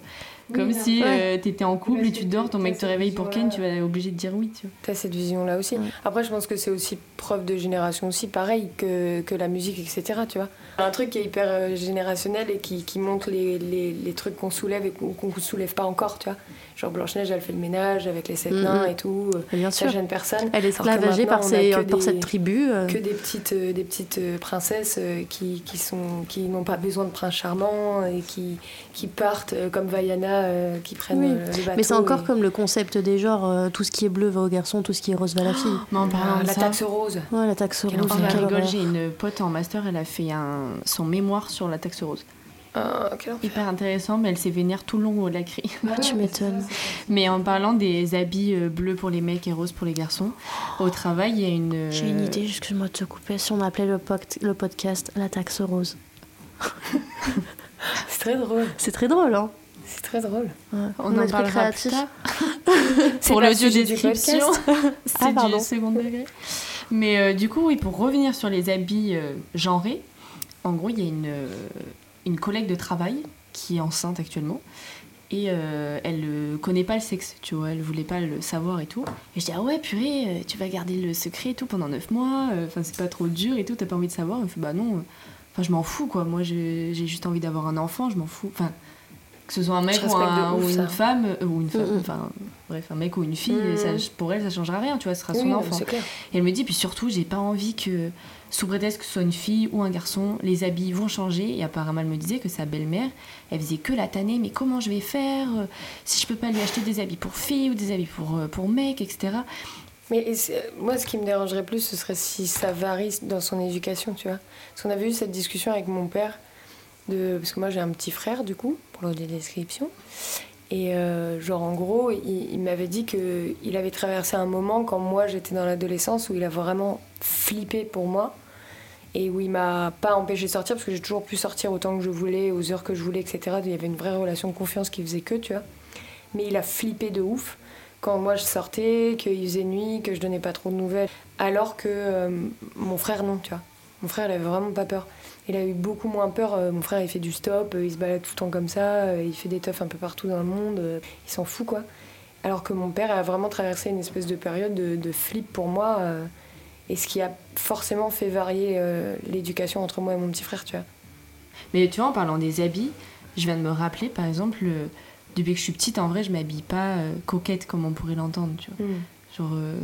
S7: Comme si euh, t'étais en couple
S1: Parce
S7: et tu
S1: que
S7: dors, ton
S1: t'as
S7: mec te
S1: cette
S7: réveille pour Ken,
S1: vision-là.
S7: tu vas être obligé de dire oui, tu vois.
S1: euh, T'as cette vision-là aussi. Après, je pense que c'est aussi preuve de génération aussi, pareil que, que la musique, etc. Tu vois, un truc qui est hyper euh, générationnel et qui, qui montre les, les, les trucs qu'on soulève et qu'on qu'on soulève pas encore, tu vois. Genre Blanche Neige, elle fait le ménage avec les sept
S2: Mhm.
S1: nains et tout. euh,
S2: Bien
S1: Ça
S2: sûr.
S1: gêne personne.
S2: Elle est
S1: Alors que
S2: esclavagée par,
S1: maintenant, on a
S2: ses-
S1: que
S2: par
S1: des-
S2: cette tribu. euh.
S1: que des petites, euh, des petites euh, princesses euh, qui, qui sont qui n'ont pas besoin de prince charmant et qui, qui partent euh, comme Vaiana là euh, qui prennent
S2: Oui.
S1: euh, le bateau.
S2: Mais c'est encore
S1: et-
S2: comme le concept des genres, euh, tout ce qui est bleu va au garçon, tout ce qui est rose va à la fille.
S4: Mais en parlant
S1: Ah,
S4: de
S1: la
S4: ça-
S1: taxe rose.
S2: Ouais, la taxe
S1: Quel
S2: rose.
S1: enfer.
S2: quelle
S1: Quel
S2: horreur.
S4: Oh, rigole, j'ai une pote en master, elle a fait un, son mémoire sur la taxe rose.
S1: Ah, quel enfer.
S4: Hyper intéressant, mais elle s'est vénère tout le long au lacry.
S2: Ah, tu m'étonnes.
S4: Mais en parlant des habits euh, bleus pour les mecs et roses pour les garçons, au travail, il y a une.
S2: J'ai une idée, excuse-moi de te couper. Si on appelait le, poct- le podcast La taxe rose.
S1: C'est très drôle.
S2: C'est très drôle, hein
S1: C'est très drôle.
S2: Ouais.
S4: On en
S2: est très
S4: parlera plus
S2: créatifs.
S4: tard.
S1: C'est pas
S4: pour
S1: le
S4: l'audio
S1: sujet du
S4: description.
S1: podcast.
S2: Ah,
S4: C'est
S2: pardon.
S4: du second degré. Mais euh, du coup, oui, pour revenir sur les habits euh, genrés, en gros, il y a une, euh, une collègue de travail qui est enceinte actuellement. Et euh, elle ne connaît pas le sexe, tu vois, elle voulait pas le savoir et tout. Et je dis, ah ouais, purée, euh, tu vas garder le secret et tout pendant 9 mois, euh, enfin, c'est pas trop dur et tout, t'as pas envie de savoir. Elle me fait, bah non, euh, enfin, je m'en fous, quoi, moi j'ai j'ai juste envie d'avoir un enfant, je m'en fous. Enfin, que ce soit un mec
S1: Je
S4: ou,
S1: respecte
S4: un-
S1: de ouf
S4: ou une
S1: ça.
S4: femme, euh, ou une femme,
S2: Mm, mm.
S4: enfin, bref, un mec ou une fille,
S1: Mm.
S4: ça, pour elle, ça changera rien, tu vois, ce sera
S1: Oui,
S4: Ah, son
S1: non,
S4: enfant.
S1: c'est clair.
S4: Et elle me dit, puis surtout, j'ai pas envie que, sous prétexte que ce soit une fille ou un garçon, les habits vont changer. Et apparemment, elle me disait que sa belle-mère, elle faisait que la tanner, mais comment je vais faire euh, si je peux pas lui acheter des habits pour fille ou des habits pour, euh, pour mec, etc.
S1: Mais et c'est- euh, moi, ce qui me dérangerait plus, ce serait si ça varie dans son éducation, tu vois. Parce qu'on avait eu cette discussion avec mon père, de... parce que moi j'ai un petit frère, du coup, pour l'audio description. Et euh, genre, en gros, il, il m'avait dit qu'il avait traversé un moment quand moi j'étais dans l'adolescence où il a vraiment flippé pour moi. Et où il m'a pas empêché de sortir, parce que j'ai toujours pu sortir autant que je voulais, aux heures que je voulais, etc. Il y avait une vraie relation de confiance qui faisait que, tu vois. Mais il a flippé de ouf quand moi je sortais, qu'il faisait nuit, que je donnais pas trop de nouvelles. Alors que euh, mon frère, non, tu vois. Mon frère, il avait vraiment pas peur. Il a eu beaucoup moins peur. Euh, mon frère, il fait du stop, euh, il se balade tout le temps comme ça, euh, il fait des teufs un peu partout dans le monde, euh, il s'en fout, quoi. Alors que mon père a vraiment traversé une espèce de période de, de flip pour moi, euh, et ce qui a forcément fait varier euh, l'éducation entre moi et mon petit frère, tu vois.
S4: Mais tu vois, en parlant des habits, je viens de me rappeler, par exemple, euh, depuis que je suis petite, en vrai, je m'habille pas euh, coquette comme on pourrait l'entendre, tu vois. Genre, euh,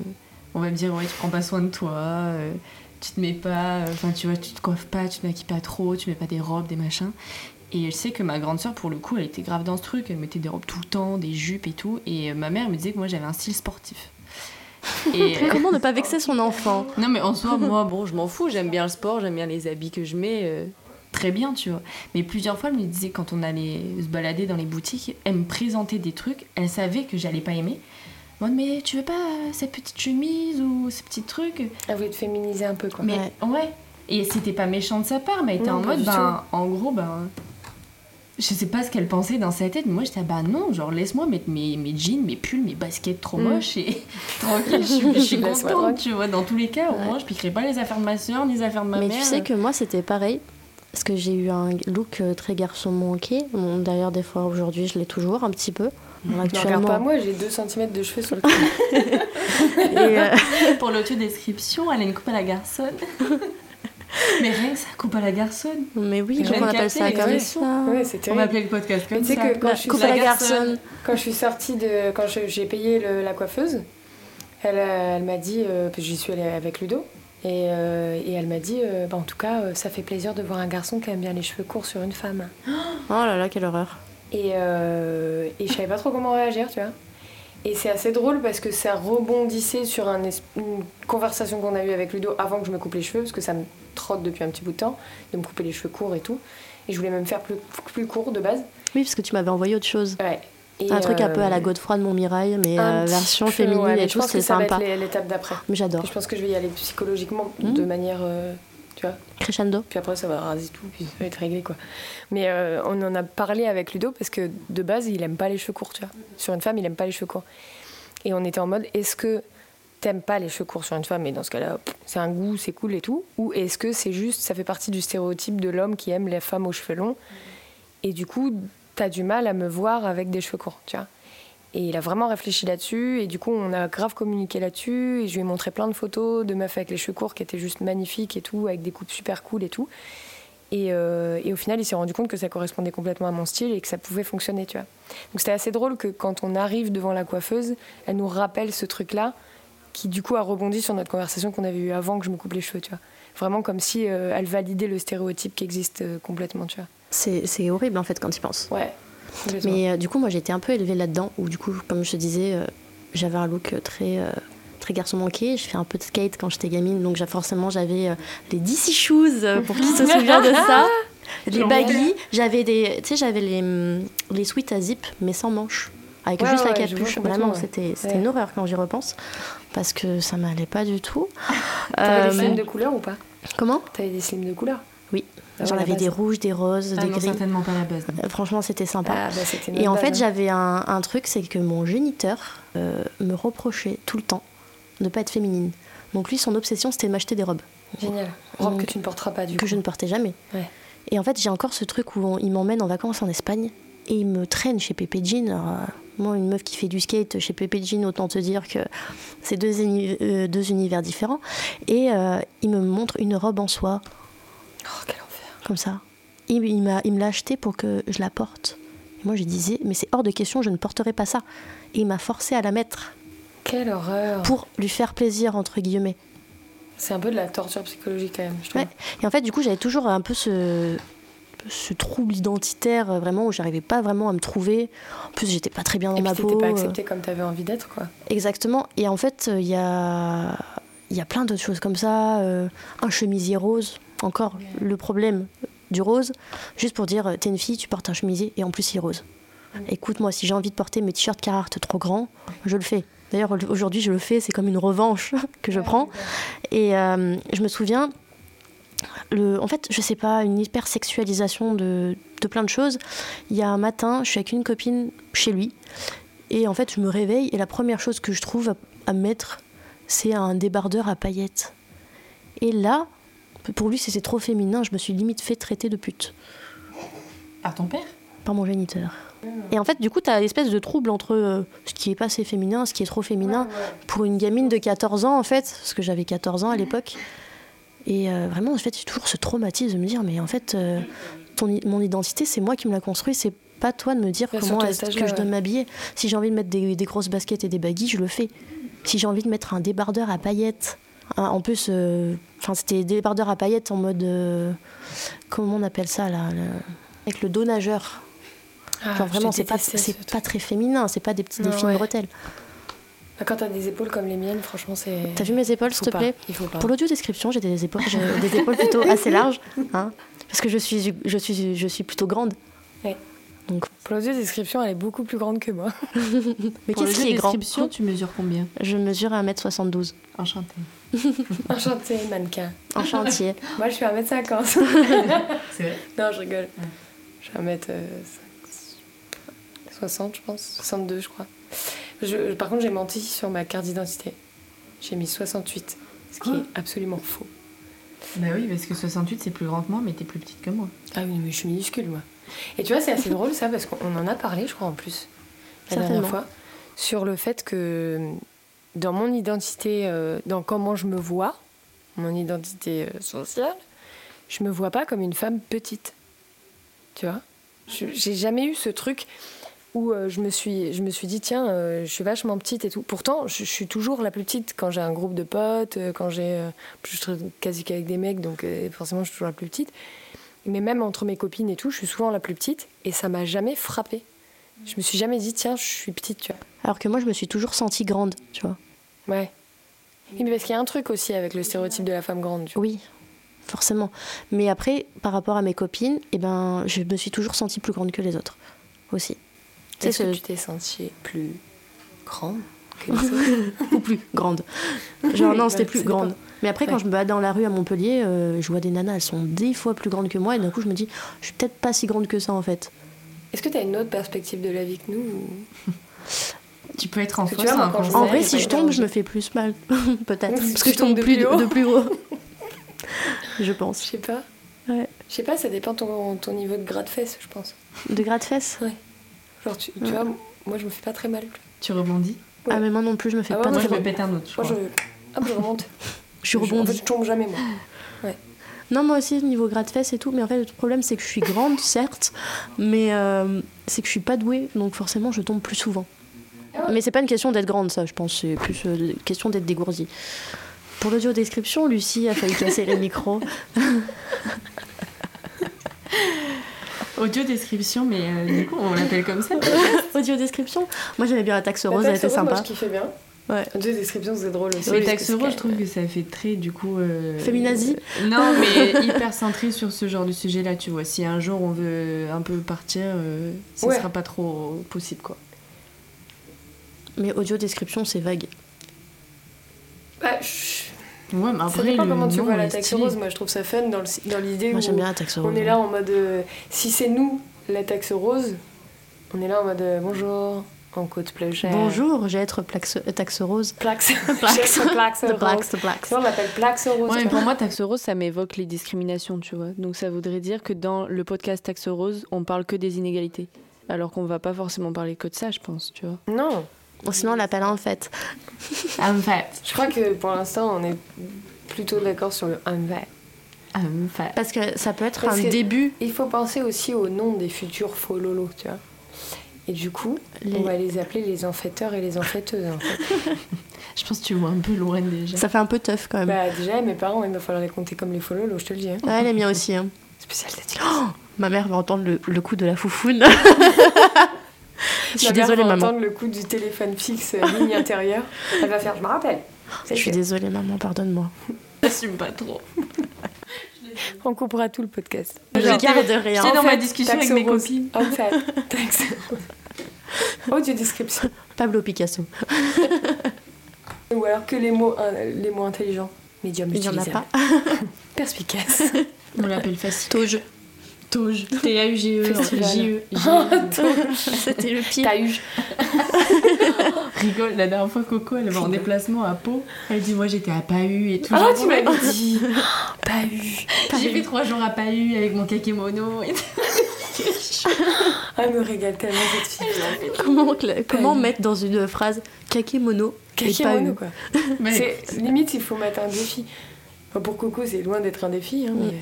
S4: on va me dire, ouais, tu prends pas soin de toi, euh, tu te mets pas, euh, enfin, tu vois, tu te coiffes pas, tu te maquilles pas trop, tu mets pas des robes, des machins. Et je sais que ma grande sœur, pour le coup, elle était grave dans ce truc, elle mettait des robes tout le temps, des jupes et tout. Et euh, ma mère me disait que moi, j'avais un style sportif. Et, euh,
S2: Comment ne pas vexer son enfant
S4: non, mais en soi, moi, bon, je m'en fous. J'aime bien le sport, j'aime bien les habits que je mets. euh, très bien, tu vois. Mais plusieurs fois, elle me disait, quand on allait se balader dans les boutiques, elle me présentait des trucs. Elle savait que j'allais pas aimer. Moi, mais tu veux pas euh, cette petite chemise ou ce petit truc
S1: Elle voulait te féminiser un peu, quoi.
S4: Mais ouais. Et c'était pas méchant de sa part, mais elle était
S1: Non,
S4: en
S1: pas
S4: mode,
S1: du
S4: ben, en gros, ben. Je sais pas ce qu'elle pensait dans sa tête, mais moi j'étais, ah, bah non, genre laisse-moi mettre mes, mes jeans, mes pulls, mes baskets trop
S1: Mm.
S4: moches et tranquille, je suis, je suis
S1: Laisse-moi
S4: contente,
S1: tranquille.
S4: tu vois. Dans tous les cas, au moins je piquerai pas les affaires de ma soeur, ni les affaires de ma
S2: Mais
S4: mère. euh.
S2: tu sais que moi, c'était pareil. Parce que j'ai eu un look euh, très garçon manqué. Bon, D'ailleurs, des fois, aujourd'hui, je l'ai toujours un petit peu. Bon,
S1: Ne regarde pas
S2: Actuellement.
S1: moi, j'ai 2 cm de cheveux sur le cou.
S2: Et, euh,
S4: Pour l'audio-description, elle a une coupe à la garçonne. mais rien que ça, coupe à la garçonne.
S2: mais oui,
S1: Je
S2: donc
S4: viens
S2: on
S4: de
S2: appelle
S4: capter
S2: ça
S4: les
S2: comme
S4: expressions.
S2: ça.
S1: ouais, c'est
S4: On
S1: terrible.
S4: va appeler le podcast
S1: Mais
S4: comme
S1: tu sais
S4: ça.
S1: que quand
S2: Bah,
S1: je suis
S2: coupe
S4: la
S2: à la
S4: garçonne.
S2: garçonne.
S1: Quand je suis sortie de. Quand je- j'ai payé le- la coiffeuse, elle, euh, elle m'a dit. euh, parce que J'y suis allée avec Ludo. Et, euh, et elle m'a dit euh, Bah, en tout cas, euh, ça fait plaisir de voir un garçon qui aime bien les cheveux courts sur une femme.
S2: Oh là là, quelle horreur.
S1: Et, euh, et je savais pas trop comment réagir, tu vois. Et c'est assez drôle parce que ça rebondissait sur un es- une conversation qu'on a eue avec Ludo avant que je me coupe les cheveux, parce que ça me trotte depuis un petit bout de temps, de me couper les cheveux courts et tout. Et je voulais même faire plus, plus court de base.
S2: Oui, parce que tu m'avais envoyé autre chose.
S1: Ouais. Et,
S2: Un truc un peu à la
S1: euh,
S2: Godefroy de Montmirail, mais
S1: Un
S2: euh,
S1: petit
S2: version
S1: peu,
S2: féminine
S1: ouais, mais
S2: et
S1: je
S2: tout,
S1: pense que
S2: c'est
S1: ça va
S2: sympa.
S1: être l'é- l'étape d'après.
S2: Mais J'adore.
S1: Je pense que je vais y aller psychologiquement
S2: Mhm.
S1: de manière. euh, tu vois
S2: Crescendo.
S1: Puis après, ça va raser tout, puis ça va être réglé, quoi. Mais euh, on en a parlé avec Ludo parce que de base, il aime pas les cheveux courts, tu vois. Sur une femme, il aime pas les cheveux courts. Et on était en mode est-ce que t'aimes pas les cheveux courts sur une femme, et dans ce cas-là, pff, c'est un goût, c'est cool et tout Ou est-ce que c'est juste, ça fait partie du stéréotype de l'homme qui aime les femmes aux cheveux longs Et du coup, t'as du mal à me voir avec des cheveux courts, tu vois. Et il a vraiment réfléchi là-dessus, et du coup, on a grave communiqué là-dessus, et je lui ai montré plein de photos de meufs avec les cheveux courts qui étaient juste magnifiques et tout, avec des coupes super cool et tout. Et, euh, et au final, il s'est rendu compte que ça correspondait complètement à mon style et que ça pouvait fonctionner, tu vois. Donc c'était assez drôle que quand on arrive devant la coiffeuse, elle nous rappelle ce truc-là, qui du coup a rebondi sur notre conversation qu'on avait eue avant que je me coupe les cheveux, tu vois. Vraiment comme si euh, elle validait le stéréotype qui existe euh, complètement, tu vois.
S2: C'est c'est horrible en fait quand tu y penses.
S1: Ouais. complètement.
S2: Mais euh, du coup, moi, j'ai été un peu élevée là-dedans, où du coup, comme je te disais, euh, j'avais un look euh, très, euh, très garçon manqué. Je fais un peu de skate quand j'étais gamine, donc j'a- forcément, j'avais euh, les DC shoes, euh, pour qui se souvient de ça. Les baggy, j'avais des, tu sais, j'avais les, hum, les sweats à zip, mais sans manches. Avec
S1: Ouais,
S2: juste la
S1: ouais, je vois
S2: capuche,
S1: complètement,
S2: vraiment,
S1: ouais.
S2: c'était c'était
S1: Ouais.
S2: une horreur quand j'y repense, parce que ça m'allait pas du tout.
S1: T'avais des
S2: Euh,
S1: slims de couleur ou pas
S2: Comment
S1: T'avais des slims de couleur
S2: Oui.
S1: Ah ouais,
S2: J'en
S1: la
S2: avais
S1: base.
S2: des rouges, des roses,
S7: Ah
S2: des
S7: non,
S2: gris.
S7: certainement pas la base.
S2: Euh, Franchement, c'était sympa.
S1: Ah, bah, c'était
S2: Et en
S1: notre
S2: fait,
S1: base, hein.
S2: j'avais un, un truc, c'est que mon géniteur euh, me reprochait tout le temps de pas être féminine. Donc lui, son obsession, c'était de m'acheter des robes
S1: Génial. Robe
S2: Donc,
S1: que tu ne porteras pas du
S2: que
S1: coup.
S2: je ne portais jamais.
S1: Ouais.
S2: Et en fait, j'ai encore ce truc où on- il m'emmène en vacances en Espagne et il me traîne chez Pepe Jean. Alors, euh, moi, une meuf qui fait du skate chez Pepe Jean, autant te dire que c'est deux, uni- euh, deux univers différents. Et euh, il me montre une robe en soie,
S1: Oh, quel enfer.
S2: comme ça. Il, il m'a- il me l'a achetée pour que je la porte. Et moi, je disais, mais c'est hors de question, je ne porterai pas ça. Et il m'a forcé à la mettre.
S1: Quelle horreur.
S2: pour lui faire plaisir entre guillemets.
S1: C'est un peu de la torture psychologique quand même, je trouve.
S2: Ouais. Et en fait, du coup, j'avais toujours un peu ce ce trouble identitaire euh, vraiment où j'arrivais pas vraiment à me trouver. En plus, j'étais pas très bien dans
S1: Et
S2: ma
S1: puis
S2: peau.
S1: t'étais pas
S2: euh,
S1: acceptée comme t'avais envie d'être, quoi.
S2: Exactement. Et en fait, euh, il y a il y a plein d'autres choses comme ça. euh, un chemisier rose, encore le problème du rose, juste pour dire euh, t'es une fille, tu portes un chemisier et en plus il est rose. Écoute, moi, si j'ai envie de porter mes t-shirts Carhartt trop grands, je le fais. D'ailleurs, au- aujourd'hui, je le fais, c'est comme une revanche que je prends. Et euh, je me souviens, le, en fait, je sais pas, une hypersexualisation de, de plein de choses. Il y a un matin, je suis avec une copine chez lui, et en fait, je me réveille, et la première chose que je trouve à, à mettre, c'est un débardeur à paillettes. Et là, pour lui, c'était trop féminin, je me suis limite fait traiter de pute
S8: Par ton père
S2: par mon géniteur. Et en fait, du coup, t'as l'espèce de trouble entre euh, ce qui est pas assez féminin, ce qui est trop féminin, pour une gamine de 14 ans, en fait, parce que j'avais 14 ans à l'époque. Et euh, vraiment, en fait, j'ai toujours ce traumatisme de me dire, mais en fait, euh, ton, i- mon identité, c'est moi qui me la construis, c'est pas toi de me dire
S1: Ouais,
S2: comment
S1: surtout à
S2: est-ce
S1: cet
S2: que
S1: âge-là,
S2: je dois
S1: ouais.
S2: m'habiller. Si j'ai envie de mettre des, des grosses baskets et des baguilles, je le fais. Si j'ai envie de mettre un débardeur à paillettes, hein, en plus, euh, enfin, c'était débardeur à paillettes en mode. euh, comment on appelle ça, là le- Avec le dos nageur.
S1: Ah,
S2: Genre
S1: je
S2: vraiment, c'est pas,
S1: détestais ce
S2: c'est
S1: truc.
S2: pas très féminin, c'est pas des petites des
S1: Non,
S2: fines
S1: ouais.
S2: bretelles.
S1: Ah, Quand t'as des épaules comme les miennes, franchement, c'est.
S2: T'as vu mes épaules, s'il
S1: Faut
S2: te
S1: pas.
S2: plaît
S1: Il faut pas.
S2: Pour l'audio description, j'ai des épaules, j'ai des épaules plutôt assez larges, hein, parce que je suis, je suis, je suis plutôt grande.
S1: Pour l'audio description, elle est beaucoup plus grande que moi.
S2: Mais
S7: Pour le
S2: qu'est-ce
S7: jeu
S2: qui est grand
S7: description, tu mesures combien
S2: Je mesure 1m72
S7: Enchanté.
S1: Enchantée, mannequin.
S2: en chantier.
S1: Moi, je suis 1m50.
S7: C'est vrai
S1: non, je rigole. Je suis 1m60, euh, je pense. 62, je crois. Je- par contre, j'ai menti sur ma carte d'identité. J'ai mis 68, ce qui
S7: Quoi
S1: est absolument faux.
S7: Bah oui, parce que 68, c'est plus grand que moi, mais t'es plus petite que moi.
S1: Ah oui, mais je suis minuscule, moi. Et tu vois, c'est assez drôle, ça, parce qu'on en a parlé, je crois, en plus, la dernière
S2: Certainement.
S1: fois, sur le fait que dans mon identité, euh, dans comment je me vois, mon identité euh, sociale, je me vois pas comme une femme petite. Tu vois Je- J'ai jamais eu ce truc où euh, je, me suis, je me suis dit, tiens, euh, je suis vachement petite et tout. Pourtant, je, je suis toujours la plus petite quand j'ai un groupe de potes, euh, quand j'ai. euh, je traîne quasi qu'avec des mecs, donc euh, forcément, je suis toujours la plus petite. Mais même entre mes copines et tout, je suis souvent la plus petite et ça m'a jamais frappée. Je me suis jamais dit, tiens, je suis petite, tu
S2: Alors que moi, je me suis toujours sentie grande, tu vois.
S1: vois. Ouais. Oui, mais parce qu'il y a un truc aussi avec le stéréotype de la femme grande, tu vois.
S2: Oui, forcément. Mais après, par rapport à mes copines, eh ben, je me suis toujours sentie plus grande que les autres aussi. Tu sais,
S1: Est-ce que
S2: ce-
S1: tu t'es sentie plus grande que les autres
S2: ou plus grande. Genre non,
S1: Ouais,
S2: c'était plus
S1: ça dépend.
S2: grande. Mais après, quand
S1: Ouais.
S2: je me balade dans la rue à Montpellier, euh, je vois des nanas, elles sont dix fois plus grandes que moi, et d'un coup, je me dis, oh, je suis peut-être pas si grande que ça en fait.
S1: Est-ce que tu as une autre perspective de la vie que nous ou-
S7: Tu peux être en
S1: Parce que tu vois,
S7: 60
S1: moi,
S7: quand
S1: quand je
S2: En
S1: Ouais,
S2: vrai,
S1: mais
S2: si
S1: pas
S2: je tombe,
S1: grave.
S2: je me fais plus mal, peut-être,
S1: Si tu
S2: parce que je tombe
S1: tombes de
S2: plus
S1: plus
S2: de,
S1: haut.
S2: de plus haut, je
S1: Je
S2: pense.
S1: sais pas.
S2: Ouais.
S1: Je sais pas, ça dépend ton, ton niveau de gras de fesses, je pense.
S2: De gras de fesses.
S1: Genre, tu, tu vois, moi je me fais pas très mal.
S7: Tu rebondis
S2: Ah mais moi non plus, je me fais
S1: Ah ouais,
S2: pas
S1: moi,
S2: très
S7: Je vais
S2: mal.
S1: me-
S7: péter un autre, je
S1: Moi je.
S7: crois.
S1: Hop, je remonte.
S2: Je
S1: Je,
S2: suis
S1: en fait,
S2: rebondie.
S1: je tombe jamais, moi.
S2: Non, moi aussi, niveau gras de fesses et tout, mais en fait, le problème, c'est que je suis grande, certes, mais euh, c'est que je suis pas douée, donc forcément, je tombe plus souvent. Mais c'est pas une question d'être grande, ça, je pense, c'est plus euh, une question d'être dégourdie. Pour l'audio description, Lucie a failli casser les micros.
S7: Audio description, mais euh, du coup, on l'appelle comme ça.
S2: Audio description. Moi j'aimais bien la taxe rose, elle
S1: La
S2: était
S1: taxe rose, moi,
S2: sympa.
S1: je kiffais bien.
S2: Ouais.
S1: Deux descriptions, c'est drôle aussi.
S7: Les
S1: parce
S7: taxes
S1: que
S7: euros,
S1: c'est-
S7: je trouve que ça fait très, du coup. euh,
S2: Féminazie
S7: Non, mais hyper centré sur ce genre de sujet-là, tu vois. Si un jour on veut un peu partir, euh, ça
S1: Ouais.
S7: sera pas trop possible, quoi.
S2: Mais audio description, c'est vague.
S1: Bah, je-
S7: Ouais, mais
S1: ça
S7: après,
S1: dépend
S7: le
S1: comment tu
S7: nom
S1: vois
S7: est
S1: la taxe
S7: stylé.
S1: rose. Moi, je trouve ça fun dans le- dans l'idée où
S2: Moi j'aime bien la taxe rose.
S1: on est là en mode. euh, Si c'est nous, la taxe rose, on est là en mode euh, bonjour, en côte plage.
S2: Bonjour, j'ai être plaxe- euh, taxe rose.
S1: Plax. Plax.
S2: Plax.
S1: Plax.
S2: The
S1: Rose.
S2: plax, the plax.
S1: Sinon, on l'appelle Plax Rose.
S4: Ouais, mais pour moi, Taxe Rose, ça m'évoque les discriminations, tu vois. Donc ça voudrait dire que dans le podcast Taxe Rose, on parle que des inégalités. Alors qu'on va pas forcément parler que de ça, je pense, tu vois.
S1: Non,
S2: Bon, sinon on l'appelle en fait.
S7: En fait,
S1: je crois que pour l'instant, on est plutôt d'accord sur le un verre.
S7: en fait.
S2: Parce que ça peut être
S1: Parce
S2: un
S1: que-
S2: début.
S1: Il faut penser aussi au nom des futurs faux lolos, tu vois. Et du coup,
S2: Les-
S1: on va les appeler les enfaiteurs et les enfaiteuses. en fait.
S7: Je pense que tu vois un peu loin déjà.
S2: Ça fait un peu tough quand même.
S1: bah, déjà, mes parents, il va falloir les compter comme les faux lolos, je te le dis. hein.
S2: Ouais, les miens aussi. hein.
S1: Spécial dédicace.
S2: Ma mère va entendre le, le coup de la foufoune. Je suis
S1: Ma mère
S2: désolée,
S1: va
S2: maman.
S1: entendre le coup du téléphone fixe euh, ligne intérieure. Elle va faire, je me rappelle.
S2: Je suis désolée, maman, pardonne-moi.
S7: J'assume pas trop.
S1: On coupera tout le podcast.
S2: Je
S7: Genre-
S2: garde rien.
S7: J'étais dans
S1: fait,
S7: ma discussion
S1: taxe
S7: avec mes
S1: rose.
S7: copines.
S1: En fait, thanks. Audio description.
S2: Pablo Picasso.
S1: Ou alors que les mots, euh, les mots intelligents. Médium
S2: Il n'y en a
S1: utilisable.
S2: pas.
S1: Perspicace.
S7: On l'appelle facile.
S2: Toge.
S7: Toge. T-A-U-G-E.
S1: Festival.
S7: J-E. E.
S2: C'était le pire.
S1: T'as eu.
S7: Rigole, la dernière fois, Coco, elle va en déplacement à Pau. Elle dit Moi, j'étais à Pahu et tout.
S1: Ah,
S7: Genre,
S1: tu m'avais dit. Pas eu.
S7: J'ai fait trois jours à Pahu avec mon kakémono. Et...
S1: Elle Ah, me régale tellement cette fille.
S2: Comment, cla- comment mettre dans une phrase kakémono et pas
S1: Kakémono,
S2: eu
S1: quoi.
S7: Mais-
S1: C'est limite, il faut mettre un défi. Enfin, pour Coco, c'est loin d'être un défi. Hein, mais...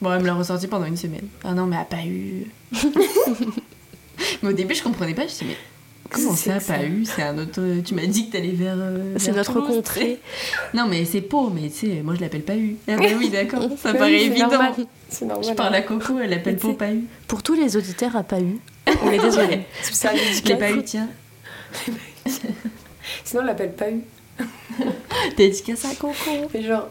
S7: Bon, elle me l'a ressorti pendant une semaine. Ah non, mais à Pahu. mais au début, je comprenais pas. Je me suis dit, mais comment
S1: C'est
S7: ça,
S1: ça.
S7: Pahu C'est un autre. Tu m'as dit que t'allais vers. euh,
S2: C'est
S7: vers
S2: notre
S7: Toulouse,
S2: contrée.
S7: tu sais. Non, mais c'est Pau, mais tu sais, moi, je l'appelle Pahu. Ah bah oui, d'accord. Ça
S1: Bah oui,
S7: paraît
S1: c'est
S7: évident.
S1: normal. C'est normal. hein.
S7: Je parle à Coco, elle l'appelle
S2: Mais tu sais-
S7: Pau Pahu.
S2: Pour tous les auditeurs à pas eu, on est désolé.
S1: C'est ça,
S7: Je l'ai pas eu, tiens.
S1: Sinon, on l'appelle pas eu.
S7: Dédicace à Coco.
S1: Mais genre,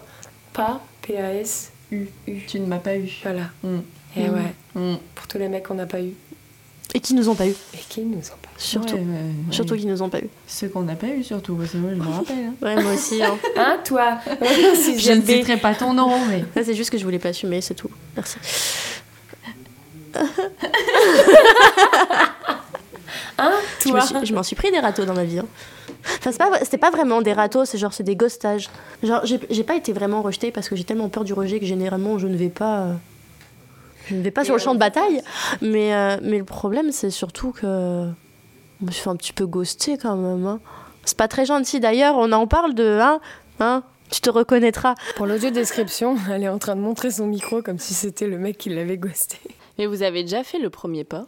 S1: pas, P-A-S,
S7: Tu ne m'as pas eu.
S1: voilà.
S7: Mm.
S1: Et ouais,
S7: Mm.
S1: pour tous les mecs qu'on n'a pas eu.
S2: Et qui nous ont pas eu,
S1: Et qui nous ont pas eu.
S2: surtout.
S7: Ouais, ouais, ouais.
S2: Surtout qui nous ont pas eu.
S7: Ceux qu'on n'a pas eu, surtout. Parce que moi, je me rappelle. hein.
S2: Ouais, moi aussi. hein.
S1: Hein, toi
S7: Je
S1: Si
S7: ne
S1: j'aime bien.
S7: citerai pas ton nom, mais.
S2: Ça, c'est juste que je voulais pas assumer, c'est tout. Merci.
S1: Hein,
S2: Je, me
S1: toi
S2: suis- je m'en suis pris des râteaux dans ma vie. hein. Enfin, c'est pas, c'était pas vraiment des râteaux, c'est genre c'est des ghostages. Genre, j'ai, j'ai pas été vraiment rejetée parce que j'ai tellement peur du rejet que généralement je ne vais pas. euh, Je ne vais pas sur le champ de bataille. Mais, euh, mais le problème, c'est surtout que. Je me suis fait un petit peu ghoster quand même. hein. C'est pas très gentil d'ailleurs, on en parle de. Hein, hein, tu te reconnaîtras.
S1: Pour l'audio description, elle est en train de montrer son micro comme si c'était le mec qui l'avait ghosté.
S4: Mais vous avez déjà fait le premier pas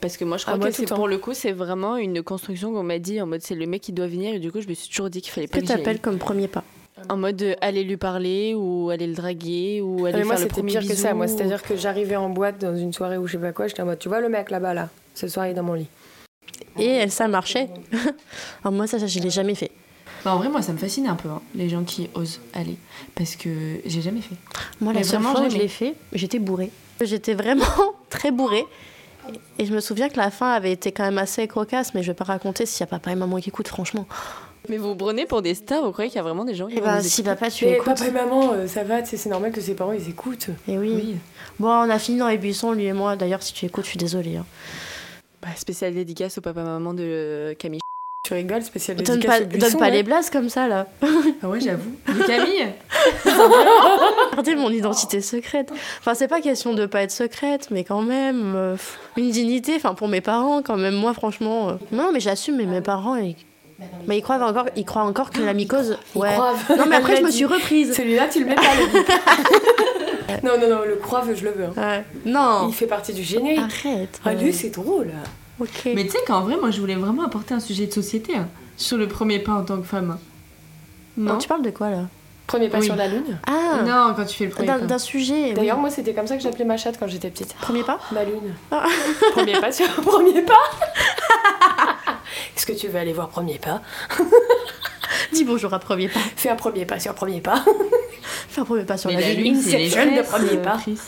S4: Parce que moi, je
S1: Ah,
S4: crois
S1: moi,
S4: que
S1: tout le
S4: c'est
S1: temps.
S4: pour le coup, c'est vraiment une construction qu'on m'a dit en mode c'est le mec qui doit venir et du coup, je me suis toujours dit qu'il fallait pas
S2: Que
S4: que j'y aille.
S2: t'appelles comme premier pas
S4: En mode euh, aller lui parler ou aller le draguer ou aller
S1: Ah, mais moi,
S4: faire le
S1: c'était
S4: premier
S1: pire que ça.
S4: bisou.
S1: Moi, c'est-à-dire que j'arrivais en boîte dans une soirée ou je sais pas quoi. J'étais en mode, tu vois le mec là-bas, là Ce soir, il est dans mon lit.
S2: Et elle, ça marchait. Alors moi, ça, ça, je l'ai jamais fait.
S7: Bah, en vrai, moi, ça me fascine un peu, hein, les gens qui osent aller. Parce que j'ai jamais fait.
S2: Moi, la
S7: Mais
S2: seule
S7: vraiment
S2: fois où je
S7: jamais.
S2: l'ai fait, j'étais bourrée. J'étais vraiment très bourrée. Et je me souviens que la fin avait été quand même assez cocasse, mais je vais pas raconter s'il y a papa et maman qui écoutent, franchement.
S4: Mais vous vous prenez pour des stars, vous croyez qu'il y a vraiment des gens qui
S2: Et
S1: Eh
S4: vont
S2: ben,
S4: nous
S2: si
S4: écouter
S2: papa, tu
S7: Eh,
S1: Mais
S2: écoutes.
S1: papa et maman, euh, ça va, tu sais, c'est normal que ses parents, ils écoutent.
S2: Et oui.
S7: Oui.
S2: Bon, on a fini dans les buissons, lui et moi. D'ailleurs, si tu écoutes, je suis désolée. hein.
S4: Bah, Spéciale dédicace au papa-maman de euh, Camille.
S1: Tu rigoles, spécial
S2: Donne pas, donne
S7: hein.
S2: pas les blases comme ça, là.
S7: Ah ouais, j'avoue. Mais Camille
S2: Regardez mon identité secrète. Enfin, c'est pas question de pas être secrète, mais quand même, euh, pff, une dignité, enfin, pour mes parents, quand même, moi, franchement. euh. Non, mais j'assume, mais mes parents, ils... Mais ils croient encore, ils croient encore que la mycose. Ouais. Non, mais après, je me suis reprise.
S1: Celui-là, tu le mets pas le bip. Non, non, non, le croix, je le veux. hein.
S2: Ouais. non.
S4: Oh.
S1: Il fait partie du générique.
S2: Arrête.
S1: Ah, lui, c'est drôle.
S2: Ok.
S7: Mais tu sais qu'en vrai, moi, je voulais vraiment apporter un sujet de société hein, sur le premier pas en tant que femme. hein. Non
S2: tu parles de quoi là
S1: Premier pas
S4: Oui.
S1: sur la lune.
S2: Ah
S4: Non, quand tu fais le premier
S2: D'un
S4: pas.
S2: d'un sujet. oui.
S1: D'ailleurs, moi, c'était comme ça que j'appelais ma chatte quand j'étais petite.
S2: Premier pas
S1: Ma lune.
S2: Ah.
S1: Premier pas sur premier pas. Est-ce que tu veux aller voir premier pas
S2: Dis bonjour à premier pas.
S1: Fais un premier pas sur premier pas.
S2: Fais un premier pas sur
S9: Mais
S2: la
S9: la
S2: lune.
S9: lune, c'est les
S1: Inception de
S9: fesses,
S1: premier
S9: euh,
S1: pas.
S9: Chris.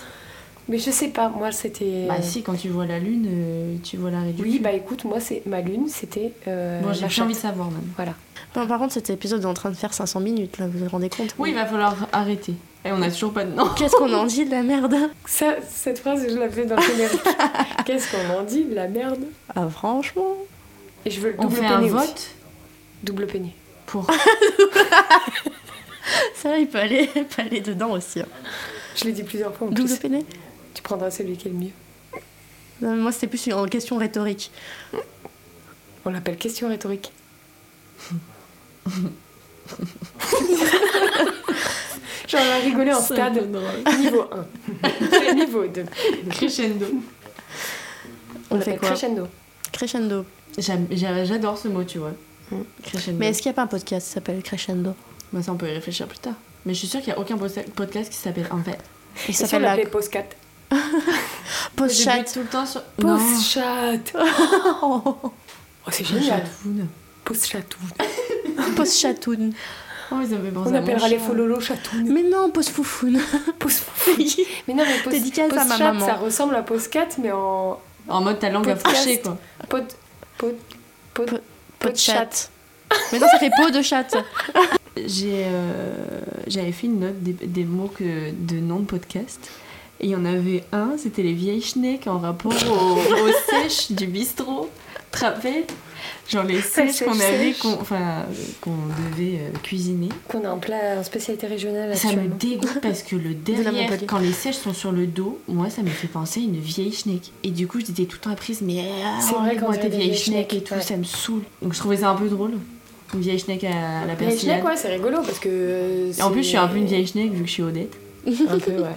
S1: Mais je sais pas, moi, c'était.
S4: Bah si, quand tu vois la lune, euh, tu vois la réduction.
S1: Oui, bah écoute, moi, c'est ma lune, c'était. euh,
S4: Bon,
S1: ma
S4: bah, j'ai plus
S1: chatte.
S4: envie de savoir même.
S1: Voilà.
S2: Bon, par contre, cet épisode est en train de faire 500 minutes, là, vous vous rendez compte
S4: Oui, il va falloir arrêter. Et on a toujours pas de nom.
S2: Qu'est-ce qu'on en dit de la merde
S1: Ça, cette phrase, je l'avais dans le générique. Qu'est-ce qu'on en dit de la merde
S2: Ah, franchement
S1: Et je veux le
S4: On
S1: double
S4: fait
S1: peiné
S4: un
S1: aussi.
S4: vote
S1: Double peiné.
S4: pour.
S2: Ça, il peut aller, il peut aller dedans aussi. hein.
S1: Je l'ai dit plusieurs fois en
S2: Double
S1: plus.
S2: peiné
S1: Tu prendras celui qui est le mieux.
S2: Non, Moi, c'était plus une question rhétorique.
S1: On l'appelle question rhétorique. Genre, on a rigolé en
S4: C'est un peu
S1: stade
S4: drôle.
S1: niveau 1. niveau 2.
S4: Crescendo.
S2: On, fait
S1: l'appelle
S2: quoi
S1: crescendo.
S2: Crescendo.
S4: J'aime- j'a- J'adore ce mot, tu vois. Crescendo.
S2: Mais est-ce qu'il n'y a pas un podcast qui s'appelle Crescendo
S4: Bah, ça, on peut y réfléchir plus tard. Mais je suis sûre qu'il n'y a aucun posta- podcast qui s'appelle en fait.
S2: Il
S1: Ça on
S2: s'appelle la
S1: l'appelait pause 4.
S2: Post
S4: Je
S2: Chat.
S4: bute tout le temps sur.
S1: Pause chat.
S2: Oh,
S1: Oh, c'est
S4: Non,
S1: génial.
S4: Chatoun.
S1: Pause chatoun.
S2: Post Chatoun.
S4: Oh, ils avaient pensé
S1: On
S4: à mon
S1: appellera les
S4: chat.
S1: fololo chatoun.
S2: Mais non, Post Foufoune.
S1: Pause Mais non, mais pause,
S2: Dédicace
S1: pause
S2: à ma
S1: chat,
S2: maman.
S1: ça ressemble à pause 4, mais en
S4: En mode ta langue a
S1: Podcast.
S4: fâché, quoi.
S1: pod. pod. pod.
S2: Pot de
S1: chat.
S2: chat. Mais non, ça fait peau de chatte.
S4: J'ai, euh, j'avais fait une note des, des mots que, de noms de podcast. Et il y en avait un, c'était les vieilles schnecks en rapport aux, aux sèches du bistrot. Tu te rappelles Genre les sèches qu'on
S1: sèche,
S4: avait,
S1: sèche.
S4: qu'on, enfin, euh, qu'on devait euh, cuisiner.
S1: Qu'on a un plat en spécialité régionale
S4: Ça me
S1: actuellement.
S4: dégoûte parce que le
S2: la
S4: derrière,
S2: Montpellier.
S4: quand les sèches sont sur le dos, moi ça me fait penser à une vieille schneck. Et du coup, je disais tout le temps apprise, mais ah,
S1: C'est vrai qu'on
S4: moi
S1: dirait
S4: tes
S1: des
S4: vieilles
S1: vieilles
S4: schnecks et
S1: schnecks,
S4: tout,
S1: ouais.
S4: ça me saoule. Donc je trouvais ça un peu drôle. Une vieille schneck à la
S1: Mais
S4: persillade.
S1: Schneck, ouais, c'est rigolo parce que. euh,
S4: Ah, Et en plus, je
S1: c'est-
S4: suis un peu une vieille schneck vu que je suis Odette.
S1: Un peu, ouais.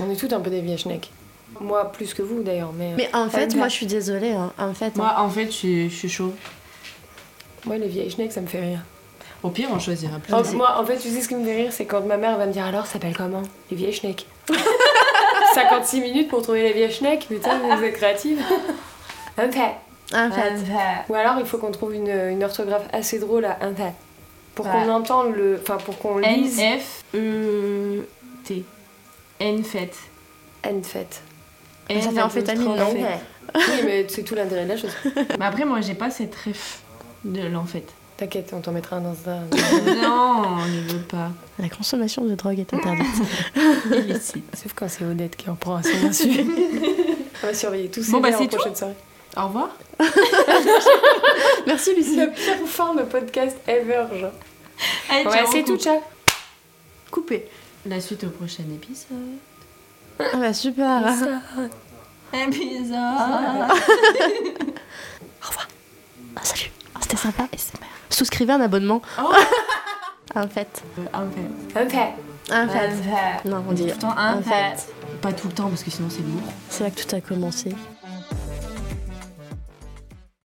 S1: On est toutes un peu des vieilles schnecks. Moi, plus que vous d'ailleurs, mais, euh,
S2: Mais en fait,
S1: bien.
S2: moi, je suis désolée. hein. En fait, hein.
S4: Moi, en fait, je, suis- je suis chaud.
S1: moi, les vieilles schnecks, ça me fait rire.
S4: Au pire, on choisira plus.
S1: En- moi, en fait, tu sais ce qui me fait rire, c'est quand ma mère va me dire alors, ça s'appelle comment Les vieilles schnecks. 56 minutes pour trouver les vieilles schnecks, putain, vous êtes créative. Un fait.
S2: en fait.
S1: Ou alors, il faut qu'on trouve une, une orthographe assez drôle à un fait. Pour qu'on
S4: Ouais.
S1: entende le. Enfin, pour qu'on
S4: N
S1: lise.
S4: F E T. N fête.
S1: N fait.
S2: Mais ça
S4: N E
S2: fait en fait
S4: apostrophe.
S2: amine, non
S1: Oui, mais c'est tout l'intérêt de la chose.
S4: Mais après, moi, j'ai pas cette ref de l'enfête.
S1: T'inquiète, on t'en mettra un dans un.
S4: non, je veux pas.
S2: La consommation de drogue est interdite.
S4: Illicite.
S1: Sauf quand c'est Odette qui en prend à son insu. On va surveiller tous ces
S4: Bon, bah,
S1: liens
S4: c'est
S1: en prochaine soirée.
S4: Au revoir.
S2: Merci, Lucie.
S1: La pire fin de podcast ever, genre.
S4: Allez,
S1: Ouais,
S4: ciao,
S1: c'est
S4: on
S1: tout,
S4: coupe.
S1: ciao.
S2: Coupé.
S4: La suite au prochain épisode.
S2: Ah bah super.
S4: Épisode.
S2: Ah, salut. Ah, C'était sympa. Souscrivez un abonnement.
S4: Oh.
S2: en fait.
S4: Euh, Un fait.
S1: Un fait.
S2: En
S4: Un
S2: fait.
S4: fait.
S2: Non, on dit.
S4: Tout le temps un
S2: En
S4: fait. Pas tout le temps parce que sinon c'est lourd.
S2: C'est là que tout a commencé.